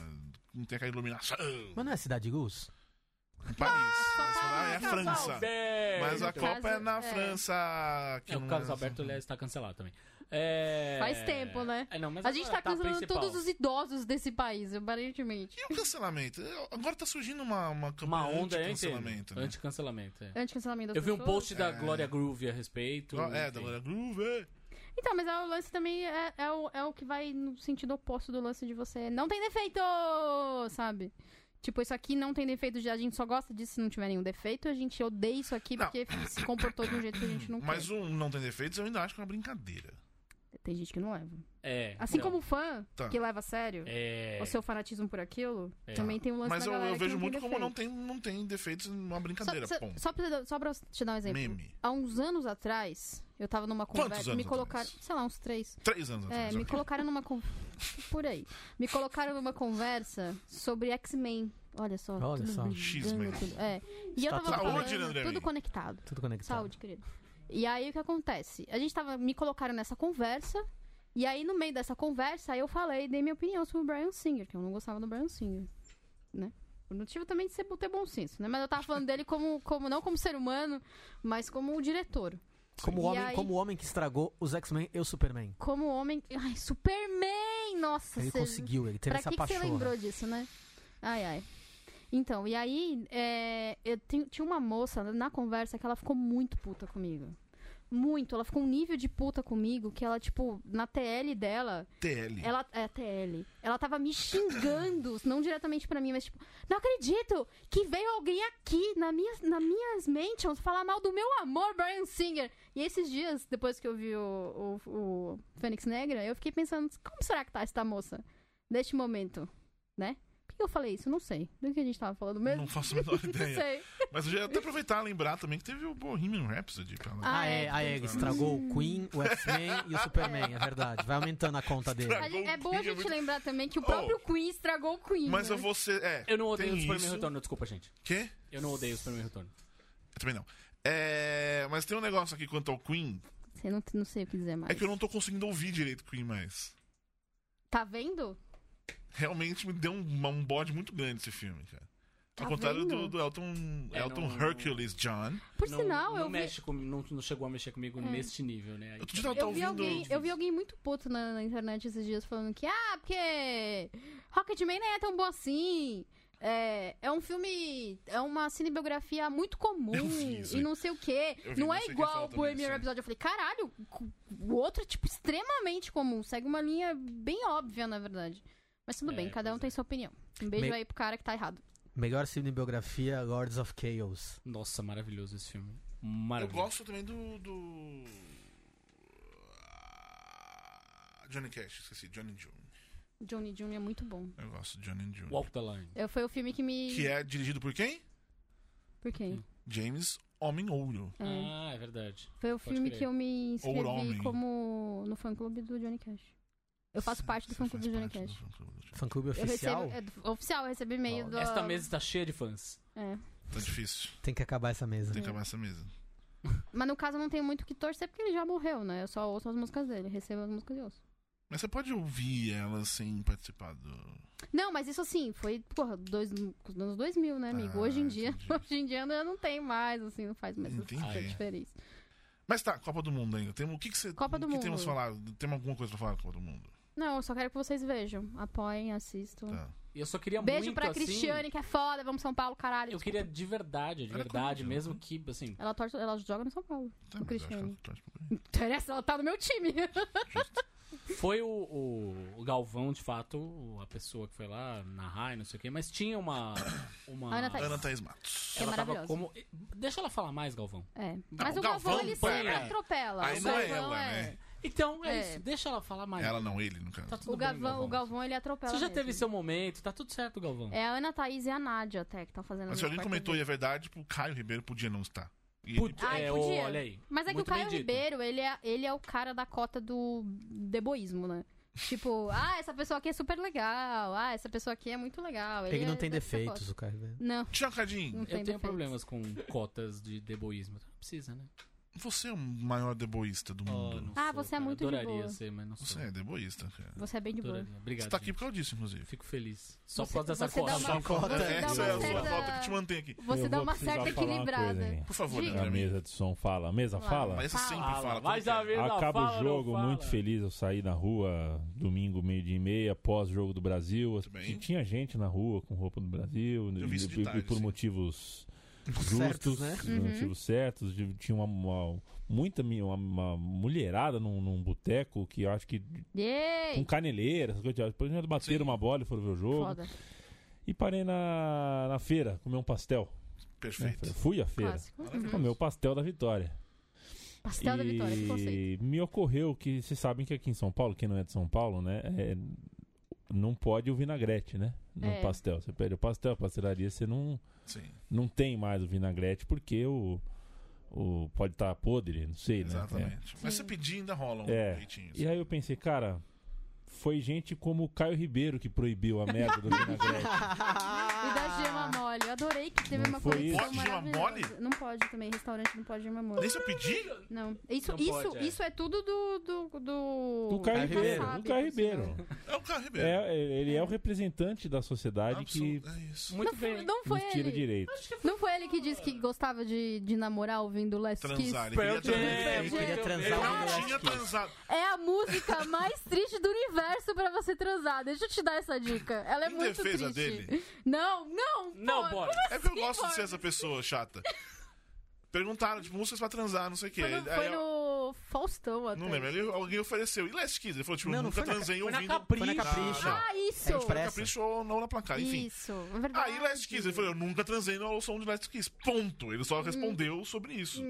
Não tem aquela iluminação.
Mas não é cidade de luz?
É Paris. mas lá é a
Carlos
França. Mas a
No
Copa é
caso,
na
é.
França. que
É, o
não
Carlos
é-
Alberto, aliás, tá cancelado também. É...
Faz tempo, né?
É, não, mas
A gente tá
agora
cancelando
principal.
todos os idosos desse país, aparentemente.
E o cancelamento? Agora tá surgindo uma, uma campanha
Uma onda é
anti-cancelamento. né?
Anti-cancelamento, é.
Anticancelamento das
Eu vi um
pessoas.
post da
É.
Glória Groove a respeito.
É,
enfim.
da Glória Groove.
Então, mas é o lance também é, é o, é o que vai no sentido oposto do lance de você. Não tem defeito! Sabe? Tipo, isso aqui não tem defeito, já a gente só gosta disso se não tiver nenhum defeito. A gente odeia isso aqui
Não.
porque se comportou de um jeito que a gente não
Mas
quer.
um Não Tem Defeitos eu ainda acho que é uma brincadeira.
Tem gente que não leva.
É.
Assim
então,
como o fã
Tá.
que leva a sério
É.
o seu fanatismo por aquilo,
É.
também tem um lance
Mas
da
eu,
galera
eu
que
vejo
não tem
muito como não
defeito.
tem, não tem defeitos numa brincadeira.
Só,
ponto.
só, só, pra, dar- só pra te dar um exemplo.
Meme.
Há uns anos atrás, eu tava numa
Quantos
conversa.
anos
me colocaram.
atrás?
Sei lá, uns três.
Três anos
É,
atrás.
me
ok.
colocaram numa. con- Por aí. Me colocaram numa conversa sobre X-Men. Olha só.
Olha
tudo
só.
brigando,
X-Men.
tudo- É. E eu
Está
tava
tudo- Saúde,
falando,
Leandrine.
tudo conectado.
Tudo conectado.
Saúde, querido. E aí o que acontece? A gente tava. Me colocaram nessa conversa. E aí, no meio dessa conversa, aí eu falei, dei minha opinião sobre o Brian Singer, que eu não gostava do Brian Singer. Né? Por motivo também de ser ter bom senso, né? Mas eu tava falando dele como, como não como ser humano, mas como o diretor.
Como o
E
homem,
aí-
como o homem que estragou os X-Men e o Superman.
Como homem. Ai, Superman! Nossa,
Ele
cê-
conseguiu, ele teve
Pra
essa
que, que você
paixão.
lembrou disso, né? Ai, ai. Então, e aí, é, eu tenho- tinha uma moça na conversa que ela ficou muito puta comigo. Muito. Ela ficou um nível de puta comigo que ela, tipo, na TL dela,
TL.
ela. É, TL. Ela tava me xingando, não diretamente pra mim, mas tipo, não acredito que veio alguém aqui na minha, na minhas mentions falar mal do meu amor, Brian Singer. E esses dias, depois que eu vi o, o, o Fênix Negra, eu fiquei pensando, como será que tá esta moça neste momento, né? Por que eu falei isso? Não sei. Do que a gente tava falando mesmo?
Não faço a menor
Não
ideia.
sei.
Mas eu já ia até aproveitar e lembrar também que teve o Bohemian Rhapsody. Pra lá.
Ah,
Ah, é,
é,
ah, é,
tem-
estragou o Queen, o X-Men e o Superman, é verdade. Vai aumentando a conta dele.
A gente- é bom
Queen
a
é
gente
muito-
lembrar também que o
Oh.
próprio Queen estragou o Queen.
Mas
né?
eu vou ser. É,
Eu não odeio o
tem
Superman
isso.
Retorno, desculpa, gente.
Quê?
Eu não odeio o Superman Retorno.
Eu também não. É, mas tem um negócio aqui quanto ao Queen,
Você não, não sei o que dizer mais.
é que eu não tô conseguindo ouvir direito Queen mais.
Tá vendo?
Realmente me deu um, um bode muito grande esse filme, cara.
Tá
Ao contrário do,
vendo?
do Elton,
É,
Elton
não-
Hercules John.
Por
não,
sinal,
não
eu vi... É.
mexe com, não, não chegou a mexer comigo neste nível, né? Aí-
Outro dia eu tava
Eu vi,
ouvindo.
alguém, eu vi alguém muito puto na, na internet esses dias falando que, ah, porque Rocketman nem é tão bom assim. É, é um filme, é uma cinebiografia muito comum
Eu vi isso
e
aí.
não sei o quê.
Eu vi,
não
não
é
sei quem
igual
fala
o
também
Bohemian
isso aí.
Rhapsody. Eu falei, caralho, o outro é tipo extremamente comum. Segue uma linha bem óbvia, na verdade. Mas tudo
É,
bem, cada um
pois
tem sua opinião. Um beijo
Me-
aí pro cara que tá errado.
Melhor cinebiografia, Lords of Chaos.
Nossa, maravilhoso esse filme.
Eu
Maravilhoso.
gosto também do. do... Ah, Johnny Cash, esqueci. Johnny June.
Johnny Jr. é muito bom.
Eu gosto de Johnny June.
Walk the Line.
É, Foi o filme que me.
Que é dirigido por quem?
Por quê?
James Homem Ouro.
É.
Ah, é verdade.
Foi o
Pode
filme
crer.
que eu me
Ouro
inscrevi
Homem.
como no fã clube do Johnny Cash. Eu faço parte do fã clube do Johnny
Faz parte né?
Cash.
do fã-clube do Johnny
Fã clube
Eu
oficial?
recebo, é, do- oficial, eu recebi e-mail do.
Esta mesa está cheia de fãs.
É.
Cash. Tá difícil.
Tem que acabar essa mesa.
Tem que acabar essa mesa.
Mas no caso eu não tenho muito o que torcer porque ele já morreu, né? Eu só ouço as músicas dele, recebo as músicas e ouço.
Mas você pode ouvir ela sem participar do.
Não, mas isso assim, foi, porra, dois, nos anos 2000, né, amigo?
Ah,
hoje em dia,
entendi.
hoje em dia não, não tem mais, assim, não faz mais
Entendi. Ah, é.
essa diferença.
Mas tá, Copa do Mundo ainda. Tem, o que, que você.
Copa do
o que
Mundo.
temos falado? Tem alguma coisa pra falar da Copa do Mundo?
Não, eu só quero que vocês vejam, apoiem, assistam.
Tá.
E eu só queria
Beijo
muito,
pra
assim,
Cristiane, que é foda, vamos São Paulo, caralho.
Eu queria de verdade, de
Era
verdade,
corintiano,
mesmo que, assim...
Ela, torce, ela joga no São Paulo.
Tá,
O
mas eu acho que
Cristiano.
ela torce pro Corinthians.
Interessa, ela tá no meu time.
Foi o, o- o Galvão, de fato, o- a pessoa que foi lá narrar e não sei o quê, mas tinha uma. uma...
Ana Thaís.
Ana Thaís Matos.
Que é
Ela tava
maravilhosa.
como. Deixa ela falar mais, Galvão.
É. Mas
o
o Galvão,
Galvão,
ele
pô,
sempre
é.
atropela.
Aí
o
não é
Galvão
ela,
é-
né?
Então é,
É.
isso, deixa ela falar mais.
Ela não, ele, no caso.
Tá tudo
O
bem,
Galvão, o Galvão, ele atropela.
Você já teve
mesmo.
seu momento, tá tudo certo, Galvão.
É a Ana Thaís e a Nádia até que estão fazendo
Mas
a
se alguém
parte
comentou
do-
e é verdade, pro Caio Ribeiro podia não estar. E ele-
Put-
Ai,
é,
podia.
olha aí.
Mas é que
Muito
o Caio
bem dito.
Ribeiro, ele é, ele é o cara da cota do deboísmo, né? Tipo, ah, essa pessoa aqui é super legal. Ah, essa pessoa aqui é muito legal.
Ele
é
não tem
dessa
defeitos,
cota.
o cara. né? velho.
Não,
Tiago Cadinho,
não tem
Eu tenho
defeitos.
problemas com cotas de deboísmo. Não precisa, né?
você é o maior deboísta do
Oh,
mundo.
não
Ah,
sou,
você é
cara.
muito de
Adoraria
boa.
ser, mas não sou.
Você é deboísta, cara.
Você é bem de boa.
Adoraria. Obrigado.
Você tá aqui
gente.
por causa disso, inclusive.
Fico feliz. Só
Você-
por causa dessa
você
cota.
dá uma-
Só
você
cota.
dá
Essa é a
uma
sua
certa-
falta que te mantém aqui.
Você
Eu
dá
vou
uma
precisar
certa
falar uma
equilibrada.
coisa aí.
Por favor,
Diga.
A
André Miller.
mesa de som fala. A mesa
Fala.
fala.
Mas você
Fala.
sempre fala. tudo
Mas
que é.
a vez ela
Acaba
fala, não
o jogo,
fala.
muito feliz. Eu saí na rua domingo, meio-dia e meia, após o jogo do Brasil. Assim,
Muito bem.
Tinha gente na rua com roupa do Brasil.
Eu vi isso de
e- e-
tarde,
e por
sim.
motivos
Certos,
justos,
né?
por
Uhum.
motivos certos. de- Tinha uma, uma- muita mi- uma, uma mulherada num, num boteco que eu acho que com
Yay!
caneleira, essas coisas. Depois eles bateram uma bola e foram ver o jogo.
Foda.
E parei na, na feira, comer um pastel. né?
Perfeito.
Fui à feira.
Clássico. Uhum.
Maravilhoso.
Comer o pastel da vitória.
Pastel da Vitória, que conceito.
E me ocorreu que vocês sabem que aqui em São Paulo, quem não é de São Paulo, né? é, não pode o vinagrete, né? No
É.
pastel. Você pede o pastel, a pastelaria, você não,
Sim.
não tem mais o vinagrete porque o. o pode estar podre, não sei, né?
É.
Exatamente. Mas se pedir, ainda rola um
É.
jeitinho.
É. E aí eu pensei, cara. Foi gente como o Caio Ribeiro que proibiu a merda do vinagrete.
E
Ah.
da gema mole. Eu adorei que teve
Não
uma
foi
coleção
isso. Pode gema
maravilhosa. Não pode também, restaurante não pode gema mole.
Nem se eu pedir,
Não. Isso,
Não
isso,
pode, é.
isso é tudo do. Do, do...
Do Caio
do
Ribeiro.
Kassab,
Do Caio
por sinal.
Ribeiro.
é o Caio Ribeiro.
É, ele é o representante da sociedade que
Absoluto, É isso.
Muito
Não foi,
bem.
não
não
foi
tira
ele.
direito.
Não foi ele que disse que gostava de, de namorar ouvindo Last
Transar.
Kiss.
Ele queria
Meu Deus,
transar.
É, Ele queria
muito
Ele
bem.
transar um
não
Transar.
tinha transado.
É a música mais triste do universo pra você transar. Deixa eu te dar essa dica. Ela é
Em
muito
defesa
triste.
dele.
Não, não,
Não,
pô,
bora.
É porque eu gosto de
Bora.
ser essa pessoa chata. Perguntaram, tipo, músicas pra transar, não sei o quê.
Foi no,
Aí
foi
eu-
no Faustão até. Ah,
Não lembro, ele- alguém ofereceu. E Last Kiss? Ele falou, tipo,
Não, não
nunca
foi na-
transei
Foi na
ouvindo
Capricho.
Foi na Capricha.
Ah, isso!
Era expresso.
Capricho ou não na placar, enfim.
Isso, é verdade.
Aí Last Kiss, ele falou, eu nunca transei no som de Last Kiss. Ponto. Ele só respondeu sobre isso.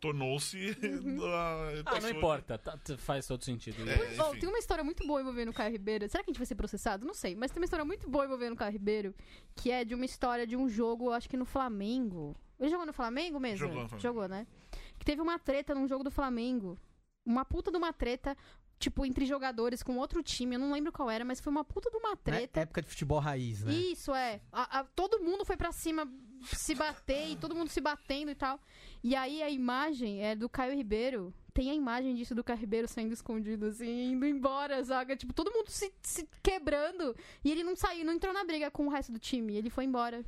Tornou-se. a
Ah, não
pessoa-
importa. tá- tá- faz todo sentido.
É,
Ó,
enfim.
tem uma história muito boa envolvendo o Caio Ribeiro. Será que a gente vai ser processado? Não sei. Mas tem uma história muito boa envolvendo o Caio Ribeiro, que é de uma história de um jogo, eu acho que no Flamengo. Ele jogou no Flamengo mesmo?
Jogou no Flamengo.
Jogou, né? Que teve uma treta num jogo do Flamengo. Uma puta de uma treta, tipo, entre jogadores com outro time. Eu não lembro qual era, mas foi uma puta de uma
Né?
treta.
Época de futebol raiz, né?
Isso, é. A- a- todo mundo foi pra cima se bater e todo mundo se batendo e tal. E aí a imagem é do Caio Ribeiro. Tem a imagem disso do Caio Ribeiro saindo escondido, assim, indo embora, zaga. Tipo, todo mundo se, se quebrando. E ele não saiu, não entrou na briga com o resto do time. Ele foi embora.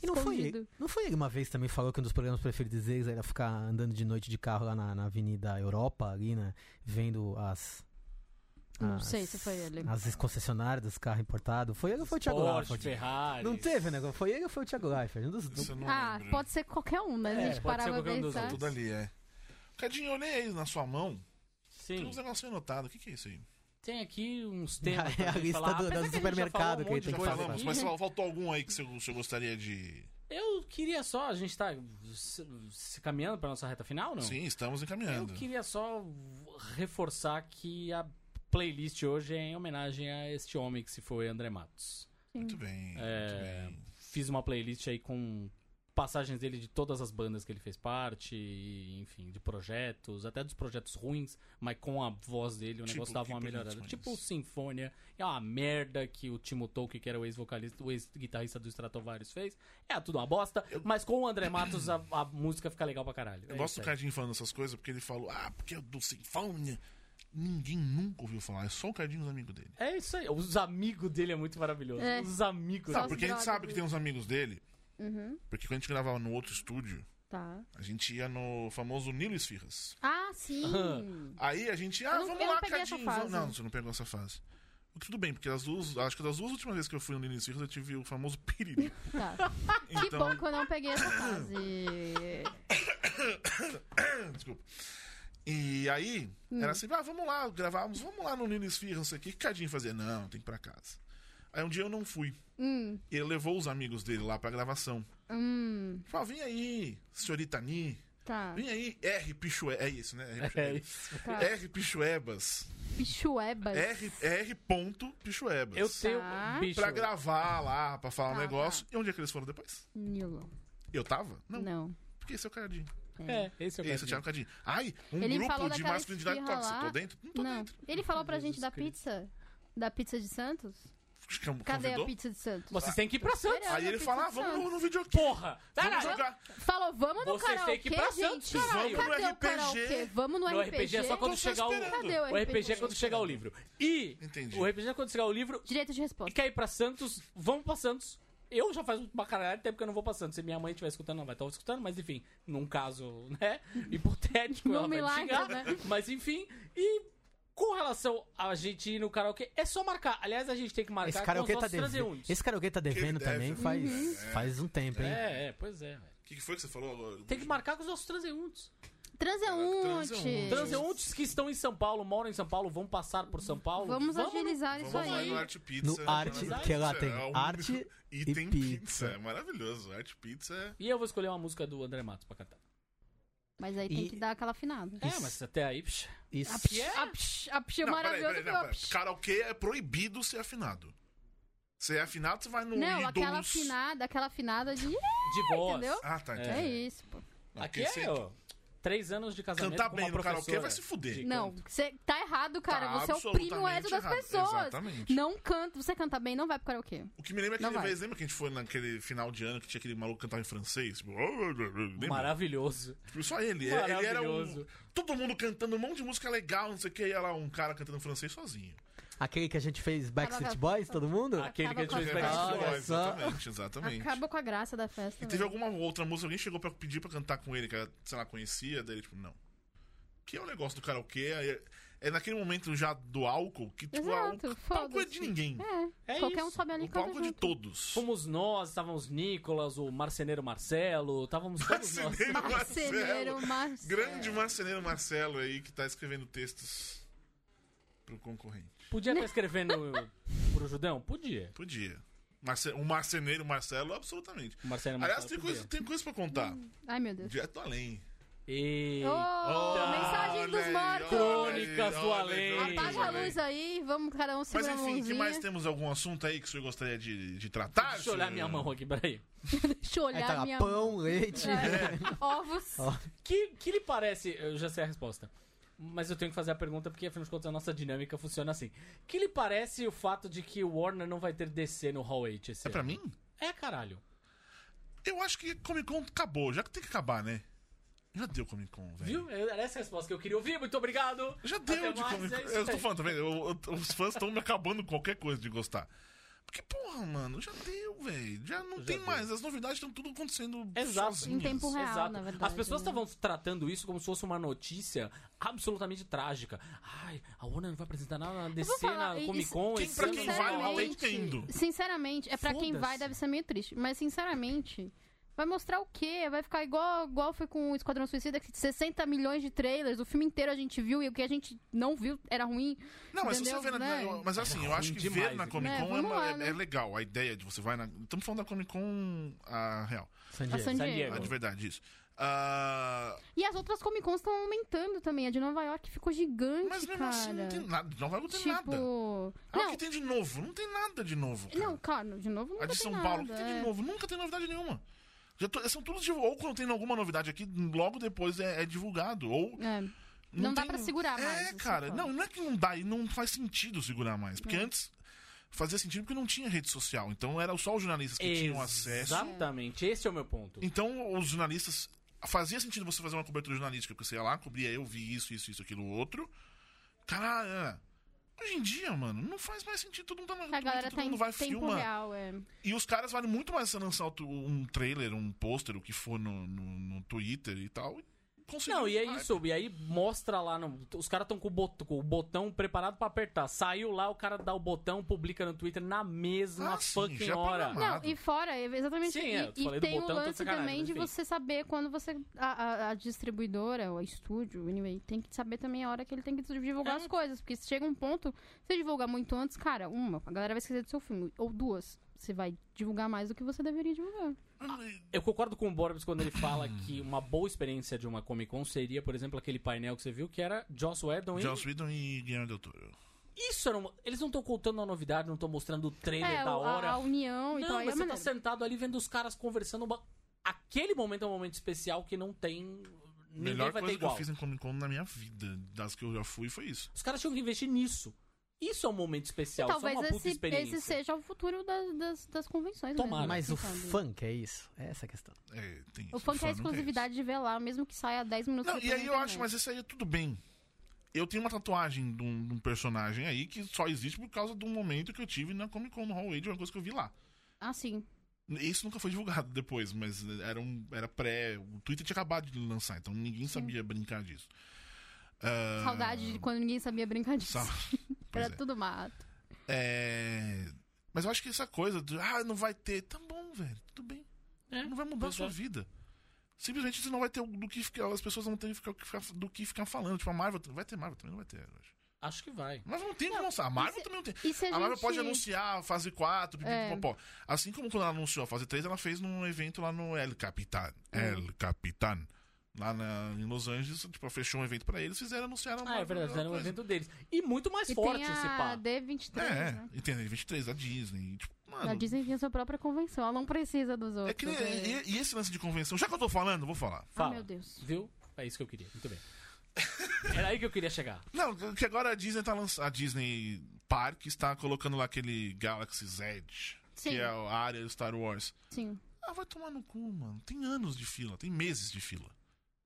E não foi,
escondido.
não foi ele uma vez também falou que um dos programas preferidos deles era ficar andando de noite de carro lá na, na Avenida Europa, ali, né? Vendo as.
Não
as-
sei se foi ele.
As concessionárias dos carros importados. Foi ele ou foi o Thiago
Porsche,
Leifert?
Ferrari.
Não teve, né? Foi ele ou foi o Thiago Leifert? Um dos-
Isso eu não
Ah,
lembro.
pode ser qualquer um, né? Se a
É,
gente
pode
parar
ser
pra
qualquer um dos
pensar.
Tudo ali, é. Cadinho, olhei aí na sua mão. Tem
Sim.
uns negocinhos anotados. O que, que é isso aí?
Tem aqui uns temas.
É
pra
a
gente
lista
falar.
do-
Apesar
do
que a gente já
supermercado
falou um
que
monte de
tem que
coisa
falar.
Falamos,
aqui.
mas fal- faltou algum aí que você, você gostaria de.
Eu queria só, a gente tá se, se caminhando pra nossa reta final, não?
Sim, estamos
Eu
encaminhando.
queria só reforçar que a playlist hoje é em homenagem a este homem que se foi, André Matos.
Muito bem.
É,
Muito bem.
Fiz uma playlist aí com passagens dele de todas as bandas que ele fez parte, e, enfim, de projetos, até dos projetos ruins, mas com a voz dele o
Tipo,
negócio dava
que
uma
projetos
melhorada.
ruins?
Tipo o Sinfônia, é uma merda que o Timo Tolkien, que era o ex-vocalista, o ex-guitarrista do Stratovarius fez. É tudo uma bosta, mas com o André Matos a, a música fica legal pra caralho.
Eu
É
gosto
isso
do
aí.
Cadinho falando essas coisas porque ele falou, ah, porque é do Sinfônia. Ninguém nunca ouviu falar, é só o Cardinho e os amigos dele.
É isso aí. Os amigos dele é muito maravilhoso.
É.
Os amigos.
Só
Tá,
os
porque a gente
brothers
sabe que
dele.
tem uns amigos dele,
Uhum,
porque quando a gente gravava no outro estúdio,
tá.
a gente ia no famoso Nilo Esfirras.
Ah, sim!
Aham.
Aí a gente, ah,
Eu não-
vamos
eu não
lá,
peguei essa
Cadinho. vamos-
fase.
Não, você não pegou essa fase. O que Tudo bem, porque as duas, acho que das duas últimas vezes que eu fui no Nilo Esfirras, eu tive o famoso piriri.
Tá. Que
Então,
bom que eu não peguei essa fase.
Desculpa. E aí,
Hum.
era assim, ah, vamos lá, gravávamos, vamos lá no Nino Esfirra, não sei o que. O que Cadinho fazia? Não, tem que ir pra casa. Aí um dia eu não fui.
Hum,
Ele levou os amigos dele lá pra gravação.
hum,
Falou, vem aí, senhorita Ni,
tá.
vem aí, R. Pichué. É isso, né? R.
É
Pichué-
isso.
tá.
R. Pichuebas.
Pichuebas.
R. R. Ponto Pichuebas.
Eu tenho. um
Tá.
Bicho.
Pra gravar lá, pra falar um
Tá,
negócio. E onde é que eles foram depois?
Nilo.
Eu tava? Não,
Não.
porque esse é o Cadinho.
É, esse é o
Esse é o
Cadinho.
Thiago Cadinho. Ai, um
Ele falou
grupo de
daquela
masculinidade
esfirra
tóxica.
lá.
Tô dentro? Não tô
Não.
dentro.
Ele falou pra gente
Jesus
da
Cristo.
pizza? Da pizza de Santos?
Acho que
Cadê
convidou?
a pizza de Santos?
Vocês têm que ir pra Santos.
Sério?
Aí ele
Pizza
fala, ah,
de
vamos no,
Santos.
no videogame.
Porra!
Vamos
Caralho!
jogar.
Falou, vamos no
Vocês têm que ir
karaokê,
pra Santos,
gente.
caralho.
Vamos
Cadê
no
o karaokê?
RPG.
Vamos no,
No RPG é só quando
Tô só
chegar o.
esperando.
Cadê o
O RPG é quando chegar o livro. E.
Entendi.
O RPG é quando chegar o livro.
Direito de
E
resposta.
quer ir pra Santos? Vamos pra Santos. Eu já faz uma caralhada de tempo que eu não vou pra Santos. Se minha mãe estiver escutando, não vai estar escutando, mas enfim, num caso, né? Hipotético,
Num
ela vai me
milagre,
xingar,
né?
Mas enfim, e com relação a gente ir no karaokê, é só marcar. Aliás, a gente tem que marcar
Esse
com os
karaokê, tá
nossos
devendo,
transeuntes.
esse karaokê tá devendo
deve,
também
né?
faz, faz um tempo, hein?
É, é, pois é. velho.
O que, que foi que você falou agora?
Tem que marcar com os nossos transeuntes.
Transeunte.
Transeunte.
Transeuntes que estão em São Paulo, moram em São Paulo, vão passar por São Paulo.
Vamos agilizar
Vamos
isso
lá
aí.
no Arte
No
Pizza.
arte,
Arte
que lá
Pizza
tem
é um
arte
E
e
tem
pizza.
pizza. É maravilhoso. Arte Pizza é...
E eu vou escolher uma música do André Matos pra cantar.
Mas aí tem
E-
que dar aquela afinada.
É, mas é. até aí. psh.
e
A psh, a psh, a psh, o maravilhoso
não,
ficou a psh.
Karaokê é proibido ser afinado. Você é afinado, você vai no
Não,
Ídolos.
aquela afinada, aquela afinada de.
De voz.
Entendeu?
Ah, tá. entendi.
É isso, pô.
Não,
Aqui
porque
é,
você-
ó, três anos de casamento
Cantar
com
bem
uma
no
professora.
karaokê vai se fuder.
de
Não,
canto.
você tá errado, cara.
Tá
você oprime o
absolutamente
ego das
errado.
pessoas.
Exatamente.
Não canta, você canta bem, não vai pro karaokê.
O que me lembra é
Não
aquele
vai.
vez, lembra que a gente foi naquele final de ano que tinha aquele maluco que cantava em francês? Tipo, lembra?
Maravilhoso.
Tipo, só ele. Ele- Ele era um...
Maravilhoso.
Todo mundo cantando um monte de música legal, não sei o que. E era um cara cantando francês sozinho.
Aquele que a gente fez Backstreet
Acaba-
Boys, todo mundo?
Aquele que a gente
Acaba
fez
com a graça.
Backstreet
Boys.
Olha
só.
Exatamente, exatamente.
Acaba com a graça da festa.
E teve
velho.
alguma outra música, alguém chegou pra pedir pra cantar com ele, que ela, sei lá, conhecia, daí ele, tipo, não. Que é o negócio do karaokê, é, é naquele momento já do álcool que, tipo, ah,
Exato,
o palco é
foda-se.
de ninguém.
É,
É
qualquer
isso.
um sobe ali
O
e canta
palco é de
junto.
todos.
Fomos nós, estávamos Nicolas, o marceneiro Marcelo, estávamos todos nós.
Marceneiro Marcelo.
Marceneiro, Marcelo.
Grande marceneiro Marcelo aí que tá escrevendo textos pro concorrente.
Podia estar escrevendo pro Judão? Podia.
Podia. Marce... O marceneiro Marcelo, absolutamente.
O Marceneiro
Aliás,
É Marcelo.
tem
podia.
coisa, tem coisa pra contar.
Ai, meu Deus.
Direto do além.
E...
Ô, mensagem
Olha
dos
aí,
mortos.
olha aí,
Crônicas do
olha
além.
aí, crônicas do
Apaga a
além.
luz aí, vamos cada um
Mas
segurar a
enfim, que
mãozinha.
mais temos algum assunto aí que o senhor gostaria de, de tratar?
Deixa eu olhar
senhor?
minha mão aqui, peraí.
Deixa eu
Aí
olhar
tá lá,
minha
pão, leite.
É. Ovos.
Ó.
Que, que lhe parece... Eu já sei a resposta. Mas eu tenho que fazer a pergunta porque, afinal de contas, a nossa dinâmica funciona assim. Que lhe parece o fato de que o Warner não vai ter DC no Hall 8 esse
É pra
ano?
mim?
É, caralho.
Eu acho que Comic Con acabou, já que tem que acabar, né? Já deu Comic Con, velho.
Viu? É, Era essa a resposta que eu queria ouvir. Muito obrigado.
Já deu
Até
de
mais,
Comic Con.
é isso
eu tô
aí.
falando, tá vendo? Eu- eu- os fãs estão me acabando com qualquer coisa de gostar. Porque, porra, mano, já deu, velho. Já não
Já
tem
deu.
mais. As novidades estão tudo acontecendo
Exato. Então,
sozinhas.
Em tempo real,
Exato.
na verdade.
As pessoas
né?
estavam tratando isso como se fosse uma notícia absolutamente trágica. Ai, a Warner não vai apresentar nada na DC,
falar,
na
e-
Comic Con.
Quem-
esse
pra
ano
quem
não
vai,
rola.
eu entendo.
Sinceramente, é pra quem
Foda-se.
vai deve ser meio triste. Mas, sinceramente, vai mostrar o quê? Vai ficar igual, igual foi com o Esquadrão Suicida, que 60 milhões de trailers, o filme inteiro a gente viu e o que a gente não viu era ruim.
Não, mas se você
Entendeu?
ver na,
Né?
na- Mas assim, eu acho que
Ruim demais,
ver na
né?
Comic
É,
Con é,
vamos
uma-
lá,
é-
né?
é legal. A ideia de você vai na. Estamos falando da Comic Con a real.
San
A
Diego.
San
San
Diego.
A
Diego.
de verdade, isso. Ah,
E as outras Comic Cons estão aumentando também. A de Nova York ficou gigante,
mas mesmo
cara.
assim, não tem nada. Não vai acontecer
tipo...
nada. Ah, o
Não,
que tem de novo? Não tem nada de novo. cara.
não, cara, de novo
A
nunca
de
tem
São Paulo, que
nada,
tem de
é.
novo? Nunca tem novidade nenhuma. Já tô- são todos de- ou quando tem alguma novidade aqui, logo depois é, é divulgado. Ou
É. Não dá
tem-
pra segurar
é,
mais, assim,
cara.
fala.
Não, não é que não dá e não faz sentido segurar mais.
É.
Porque antes fazia sentido porque não tinha rede social. Então era só os jornalistas que tinham acesso.
Exatamente, esse é o meu ponto.
Então os jornalistas. Fazia sentido você fazer uma cobertura jornalística, porque você ia lá, cobria, eu vi isso, isso, isso, aquilo, outro. Caralho, é. hoje em dia, mano, não faz mais sentido. Todo mundo tá na
A galera
todo
tá em
mundo vai
tempo
filma.
real, é.
E os caras valem muito mais você lançar outro- um trailer, um pôster, o que for no, no, no Twitter e tal. e conseguir
Não, e é
hype.
isso. E aí mostra lá. no- os caras estão com, o bot- com o botão preparado pra apertar. Saiu lá, o cara dá o botão, publica no Twitter na mesma
Ah, sim,
fucking
já é
hora.
programado.
Não, e fora, é exatamente.
Sim,
e,
é, eu
e
falei do
tem o
botão, tô de
lance
sacanagem,
também de
mas enfim.
você saber quando você. A, a- a distribuidora, ou a estúdio, anyway, tem que saber também a hora que ele tem que divulgar
É.
as coisas. Porque se chega um ponto, se você divulgar muito antes, cara, uma, a galera vai esquecer do seu filme. Ou duas. Você vai divulgar mais do que você deveria divulgar.
Eu concordo com o Borbs quando ele fala
Hum.
que uma boa experiência de uma Comic Con seria, por exemplo, aquele painel que você viu que era Joss Whedon e.
Joss Whedon e Guilherme Del Toro.
Isso era uma... Eles não estão contando a novidade, não estão mostrando o trailer
é,
da
o- a,
hora.
a união
Não,
e tal. aí é
mas você tá
maneiro.
sentado ali vendo os caras conversando. uma- Aquele momento é um momento especial que não tem. Ninguém
Melhor
vai ter
coisa que eu
igual.
fiz em Comic Con na minha vida, das que eu já fui, foi isso.
Os caras tinham que investir nisso. Isso é um
E
momento especial.
talvez
isso é uma puta
esse,
experiência.
esse seja o futuro das, das, das convenções.
Tomara.
Mesmo,
Mas
assim,
o
sabe?
funk é isso? É essa a questão.
É, tem isso.
O funk é a
nunca isso.
exclusividade de ver lá, mesmo que saia 10 minutos
Não,
depois
e aí eu
na
acho,
internet.
mas isso aí é tudo bem. Eu tenho uma tatuagem de um, de um personagem aí que só existe por causa de um momento que eu tive na Comic Con no Hallway, de uma coisa que eu vi lá.
Ah, sim.
Isso nunca foi divulgado depois, mas era, um, era pré. O Twitter tinha acabado de lançar, então ninguém sabia brincar disso. Ah,
Saudade de quando ninguém sabia brincar disso.
sa- Pois
Era
é.
tudo mato.
É, Mas eu acho que essa coisa do. Ah, não vai ter. Tá bom, velho, tudo bem.
É,
não vai mudar a
pois
sua
é.
vida. Simplesmente você não vai ter o- do que ficar. As pessoas não têm ficar- que ficar- do que ficar falando. Tipo, a Marvel. Vai ter Marvel também, não vai ter, eu acho.
Acho que vai.
Mas não tem como lançar. A Marvel também não tem.
E se a,
A Marvel
gente...
pode anunciar a fase 4,
É.
pipipopopó. Assim como quando ela anunciou a fase 3, ela fez num evento lá no El Capitan.
Hum.
El Capitan. Lá na- em Los Angeles, tipo, ela fechou um evento pra eles, fizeram anunciaram a
Ah, é
Marvel,
verdade,
aquela
era um
coisa.
evento deles. E muito mais
E
forte
tem a Ah,
esse pá.
D23,
É,
né?
entendeu? 23 da Disney. Tipo, mano.
A Disney tem é a sua própria convenção, ela não precisa dos outros.
é que,
né?
e, e esse lance de convenção, já que eu tô falando, eu vou falar.
Ah,
Fala.
meu Deus.
Viu? É isso que eu queria. Muito bem. Era aí que eu queria chegar.
Não, que agora a Disney tá lançando. A Disney Park está colocando lá aquele Galaxy Z,
Sim,
que é a área do Star Wars.
sim.
Ah, vai tomar no cu, mano. Tem anos de fila, tem meses de fila.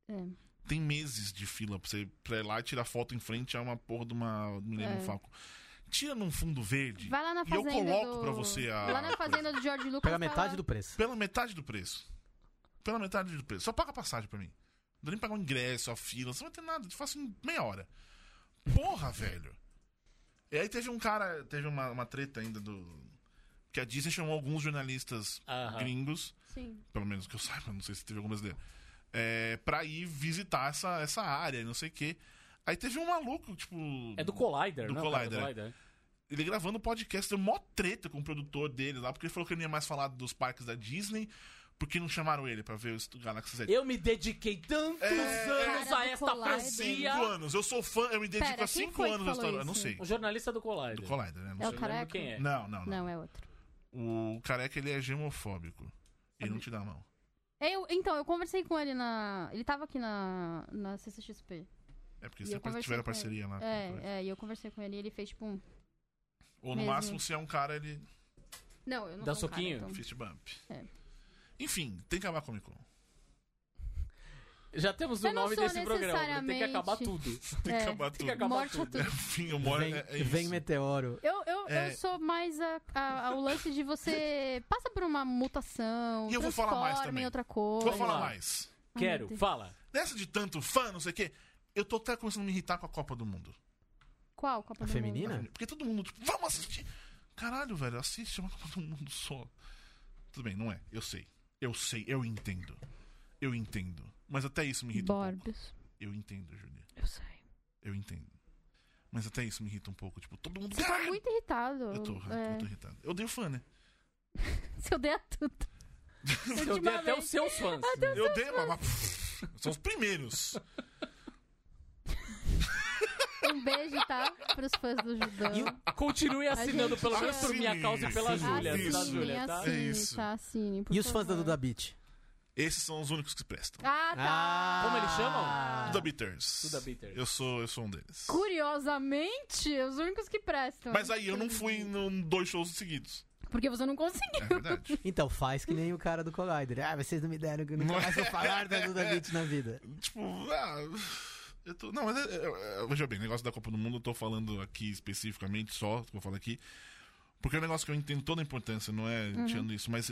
É.
tem meses de fila pra você pra ir lá e tirar foto em frente a uma porra de uma Millennium
É.
Falcon. Tira num fundo verde
Vai lá na
e eu
fazenda
coloco
do...
pra você a.
Lá
coisa.
na fazenda do George Lucas.
Pega
tá
metade
lá.
do preço.
Pela metade do preço. Pela metade do preço. Só paga a passagem pra mim. Não dá nem pagar o ingresso, a fila, você não vai ter nada. Eu faço em meia hora. Porra, velho. E aí teve um cara, teve uma, uma treta ainda do. Que a Disney chamou alguns jornalistas
Aham.
gringos
Sim.
pelo menos que eu saiba, não sei se teve algum brasileiro, é, pra ir visitar essa, essa área e não sei o quê. Aí teve um maluco, tipo.
É do Collider,
Do
não?
Collider,
É do Collider.
Ele gravando o podcast, deu mó treta com o produtor dele lá, porque ele falou que ele não ia mais falar dos parques da Disney, porque não chamaram ele pra ver o Galaxy Z.
Eu me dediquei tantos
É,
anos
cara
a
do
esta
Collider.
Cinco
franquia.
anos, eu sou fã, eu me dedico
Pera,
há
quem
cinco
foi que
anos a
falou
história. Eu Não
isso?
sei.
O jornalista do
Do
Collider.
Collider, né? Não
É
sei.
o
Eu lembro
careca?
quem é.
Não, não, não.
Não, é outro.
O careca ele é gemofóbico. Ele não te dá a mão.
Eu, então, eu conversei com ele na... Ele tava aqui na, na CCXP.
É porque
E
se
eu conversei
tiveram
com ele.
parceria lá. com o coisa.
É, é, e eu conversei com ele e ele fez tipo um...
Ou no
mesmo.
máximo, se é um cara, ele.
Não, eu não
Dá
sou um cara,
soquinho?
então.
Fist bump.
É.
Enfim, tem que acabar com o Comic Con.
Já temos o
Eu não
nome
sou
desse programa. Tem que
necessariamente-
acabar tudo.
Tem que
É.
acabar
Tem que
tudo.
acabar
Morte a
tudo.
tudo.
Enfim, o Moro
Vem,
é, é
vem
isso.
meteoro.
Eu, eu,
É.
eu sou mais a, a- ao lance de você passa por uma mutação,
E eu vou falar mais
transforma
também.
em outra coisa.
Vou falar
lá.
mais.
Ai,
Quero,
meu Deus.
fala.
Nessa de tanto fã, não sei o quê, eu tô até começando a me irritar com a Copa do Mundo.
Qual Copa
A
do
feminina?
né?
Porque todo mundo, tipo, vamos assistir. Caralho, velho, assiste uma Copa do Mundo só. Tudo bem, não é. Eu sei. Eu sei, eu entendo. Eu entendo. Mas até isso me
Mundo?
irrita um pouco.
Bordos.
Eu entendo, Julia.
Eu sei.
Eu entendo. Mas até isso me irrita um pouco. Tipo, todo mundo.
Você tá
"Caralho!"
muito irritado.
Eu tô,
é.
eu tô irritado. Eu odeio fã, né?
Você odeia tudo.
Eu dei até os seus fãs.
Eu odeio, mas- mas. São os primeiros.
Um beijo, tá? Pros fãs do Judão.
E continue assinando,
gente
pelo menos por
assine,
minha causa e pela
assine,
Júlia. pela
isso.
Júlia, tá?
É isso.
Assine, tá? Assine, por
E os fãs da
favor.
Duda Beat?
Esses são os únicos que prestam.
Ah, tá.
Como eles
Ah.
chamam?
Duda Bitters.
Duda Bitters.
Eu sou, eu sou um deles.
Curiosamente, os únicos que prestam.
Mas aí eu não fui num dois shows seguidos.
Porque você não
É
conseguiu.
verdade.
Então faz que nem o cara do Collider. Ah, vocês não me deram que eu nunca mais vou falar da Duda Beat na vida.
tipo, ah, Eu tô- não, mas é- é- é- veja bem, negócio da Copa do Mundo, eu tô falando aqui especificamente só, que eu falo aqui, porque é um negócio que eu entendo toda a importância, não é
Uhum.
tirando isso, mas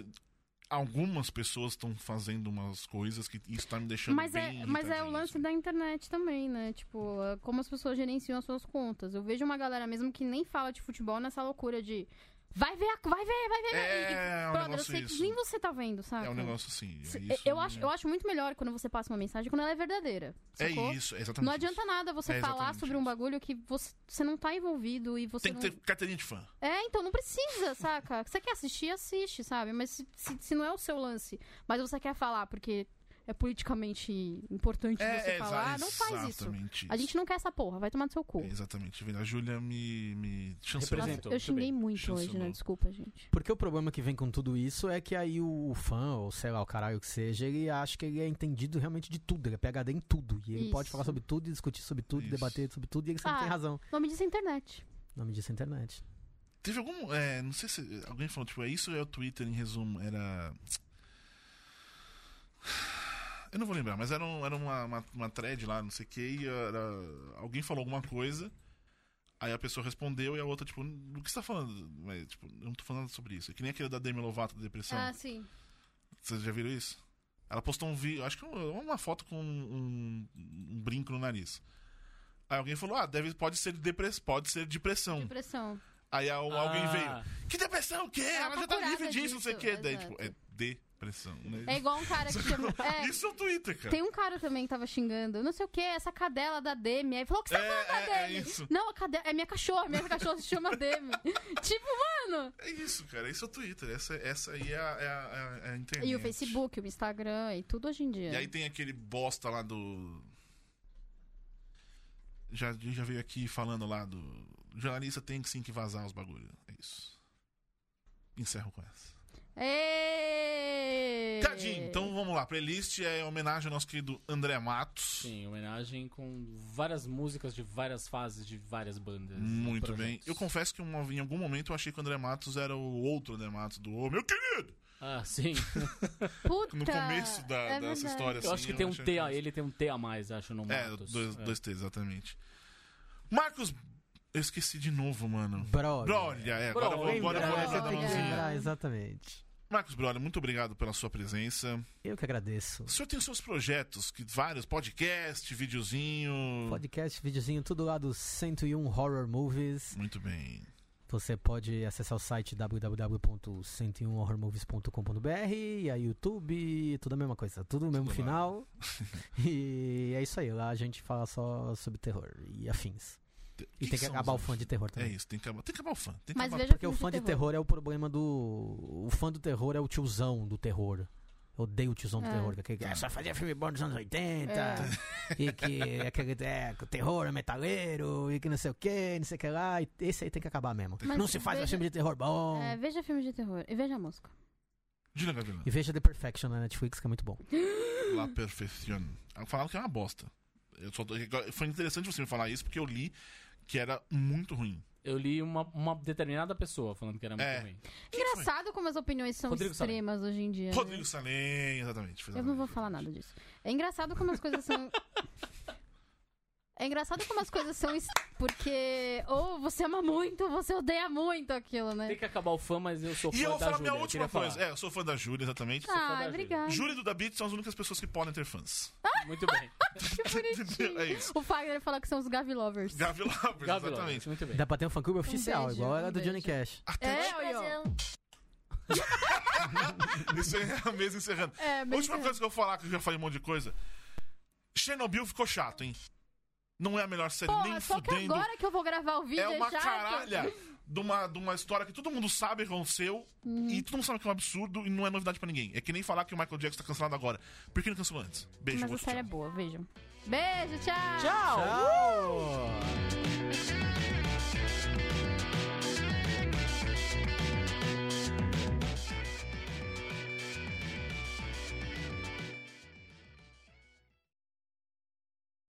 algumas pessoas estão fazendo umas coisas que isso tá me deixando
Mas
bem
é, mas é o
irritadinho,
lance
assim.
da internet também, né? Tipo, é como as pessoas gerenciam as suas contas. Eu vejo uma galera mesmo que nem fala de futebol nessa loucura de vai ver, a- vai ver, vai ver.
É,
e-
é um
brother, eu
negócio
sei que
isso.
nem você tá vendo, sabe?
É um negócio assim.
Se-
é isso,
eu, acho, eu acho muito melhor quando você passa uma mensagem quando ela é verdadeira.
É
sacou?
isso, é exatamente
Não
isso.
adianta nada você
É
falar
exatamente
sobre um
isso.
bagulho que você, você não tá envolvido e você
Tem que
não...
ter carteirinha de fã.
É, então não precisa, saca? Você quer assistir, assiste, sabe? Mas se, se- se não é o seu lance, mas você quer falar porque é politicamente importante você
É, é
falar, "Ah,
exa-
não faz isso.
exatamente
A gente não quer essa porra, vai tomar no seu cu.
É, exatamente. A Júlia me, me chancelou.
Nossa,
Representa. Apresentou,
eu
muito
xinguei
bem.
muito hoje,
Chancelou.
né? Desculpa, gente.
Porque o problema que vem com tudo isso é que aí o, o fã, ou sei lá, o caralho que seja, ele acha que ele é entendido realmente de tudo, ele é PHD em tudo. E ele
Isso.
pode falar sobre tudo, e discutir sobre tudo, e
Isso.
debater sobre tudo, e ele sempre
Ah.
tem razão.
O nome disso é internet.
O nome disso é internet.
Teve algum. é, não sei se alguém falou, tipo, é isso ou é o Twitter em resumo? Era. Eu não vou lembrar, mas era, um- era uma, uma, uma thread lá, não sei o que, e era- alguém falou alguma coisa, aí a pessoa respondeu e a outra, tipo, do que você tá falando? Mas, tipo, eu não tô falando sobre isso. É que nem aquele da Demi Lovato da depressão.
Ah, sim.
Vocês já viram isso? Ela postou um vídeo, acho que um- uma foto com um, um brinco no nariz. Aí alguém falou, ah, deve, pode ser depress, pode ser depressão.
Depressão.
Aí a- alguém
Ah.
veio. Que depressão, o quê?
Ela
Ela,
tá
já tá livre
curada
disso, não sei o
disso,
quê. Daí,
exato.
tipo, é depressão, né?
É igual um cara que chama. É,
Isso é o Twitter, cara.
Tem um cara também que tava xingando, não sei o que, essa cadela da Demi. Aí falou, o que você tá
É,
falando da
é, é
Demi?
isso.
Não, a cadela, é minha cachorra, minha cachorra se chama Demi. tipo, mano...
É isso, cara. Isso é o Twitter. Essa, essa aí é a, é a- é a- é a internet.
E o Facebook, o Instagram e tudo hoje em dia.
E aí tem aquele bosta lá do. Já, já veio aqui falando lá do. Jornalista tem que sim que vazar os bagulhos. É isso. Encerro com essa.
Ê!
Cadinho, então vamos lá. Playlist é homenagem ao nosso querido André Matos.
Sim, homenagem com várias músicas de várias fases, de várias bandas. e
Muito bem.
projetos.
Eu confesso que uma- em algum momento eu achei que o André Matos era o outro André Matos do Ô, meu querido!
Ah, sim.
Assim,
Puta,
No começo da,
é
dessa
verdade.
história.
Eu acho
assim,
que tem um
achei
T, a- ele tem um T a mais, acho, no
É,
Matos.
dois, dois T, exatamente. Marcos. Eu esqueci de novo, mano.
Bro.
Brolha, é. Agora, eu vou- agora eu vou
Brolha.
lembrar da
Você tem que
mãozinha.
lembrar, exatamente.
Marcos Brolha, muito obrigado pela sua presença.
Eu que agradeço.
O senhor tem os seus projetos, que vários, podcast, videozinho.
Podcast, videozinho, tudo lá do 101 Horror Movies.
Muito bem.
Você pode acessar o site www.101horrormovies.com.br e a YouTube, tudo a mesma coisa, tudo o mesmo
Tudo lá.
final. e é isso aí, lá a gente fala só sobre terror e afins. E
Quem
tem que
são
acabar o
os
fã de terror
É
também.
isso, tem que acabar, tem que acabar o fã. Tem que
Mas
acabar-
veja
Porque o
filmes
fã de terror é o problema do. O fã do terror é o tiozão do terror. Eu odeio o tiozão do
É.
terror, que é aquele que "Ah, só fazia filme bom dos anos 80 e que é aquele é, que o terror é metaleiro e que não sei o que, não sei o que lá. E esse aí tem que acabar mesmo.
Mas
não se faz mais
veja-
filme de terror bom.
É, veja filme de terror e veja a música.
Julia Gavilã,
E veja The Perfection na Netflix, que é muito bom.
La Perfección. Falaram que é uma bosta. Eu só tô- Foi interessante você me falar isso, porque eu li que era muito ruim.
É. Eu li uma, uma determinada pessoa falando que era muito
É.
ruim.
Quem foi?
Engraçado como as opiniões são
Rodrigo Salen.
extremas hoje em dia. né?
Rodrigo Salem, exatamente. foi
Eu não
exatamente,
vou falar
exatamente.
nada disso. É engraçado como as coisas são. É engraçado como as coisas são. es- Porque ou você ama muito, ou você odeia muito aquilo, né?
Tem que acabar o fã, mas eu sou fã
E eu vou
da
falar minha
Júlia, eu queria
última coisa.
falar.
É, eu sou fã da Júlia, exatamente.
fã da
Ah,
Júlia.
obrigada.
Júlia e Duda Beat são as únicas pessoas que podem ter fãs.
Muito bem.
Que bonitinho.
É isso.
O Fagner fala que são os Gavi Lovers.
Gavi Lovers,
Gabi
exatamente.
Lopes, muito bem.
Dá pra ter um fã clube oficial,
beijo,
igual
um
era do Johnny
beijo.
Cash.
Até
É,
Brasil.
olha.
isso aí é a mesa encerrando.
É,
A
mas-
última coisa que eu vou falar, que eu já falei um monte de coisa. Chernobyl ficou chato, hein? Não é a melhor série
Porra,
nem
só que
fudendo.
agora que eu vou gravar o vídeo
é uma
já.
caralha de uma, de uma história que todo mundo sabe que aconteceu
Hum,
e todo mundo sabe que é um absurdo e não é novidade pra ninguém. É que nem falar que o Michael Jackson tá cancelado agora. Por que não cancelou antes? Beijo,
Mas a é
outro
série é
tchau.
boa, vejam. Beijo, tchau!
Tchau!
Tchau!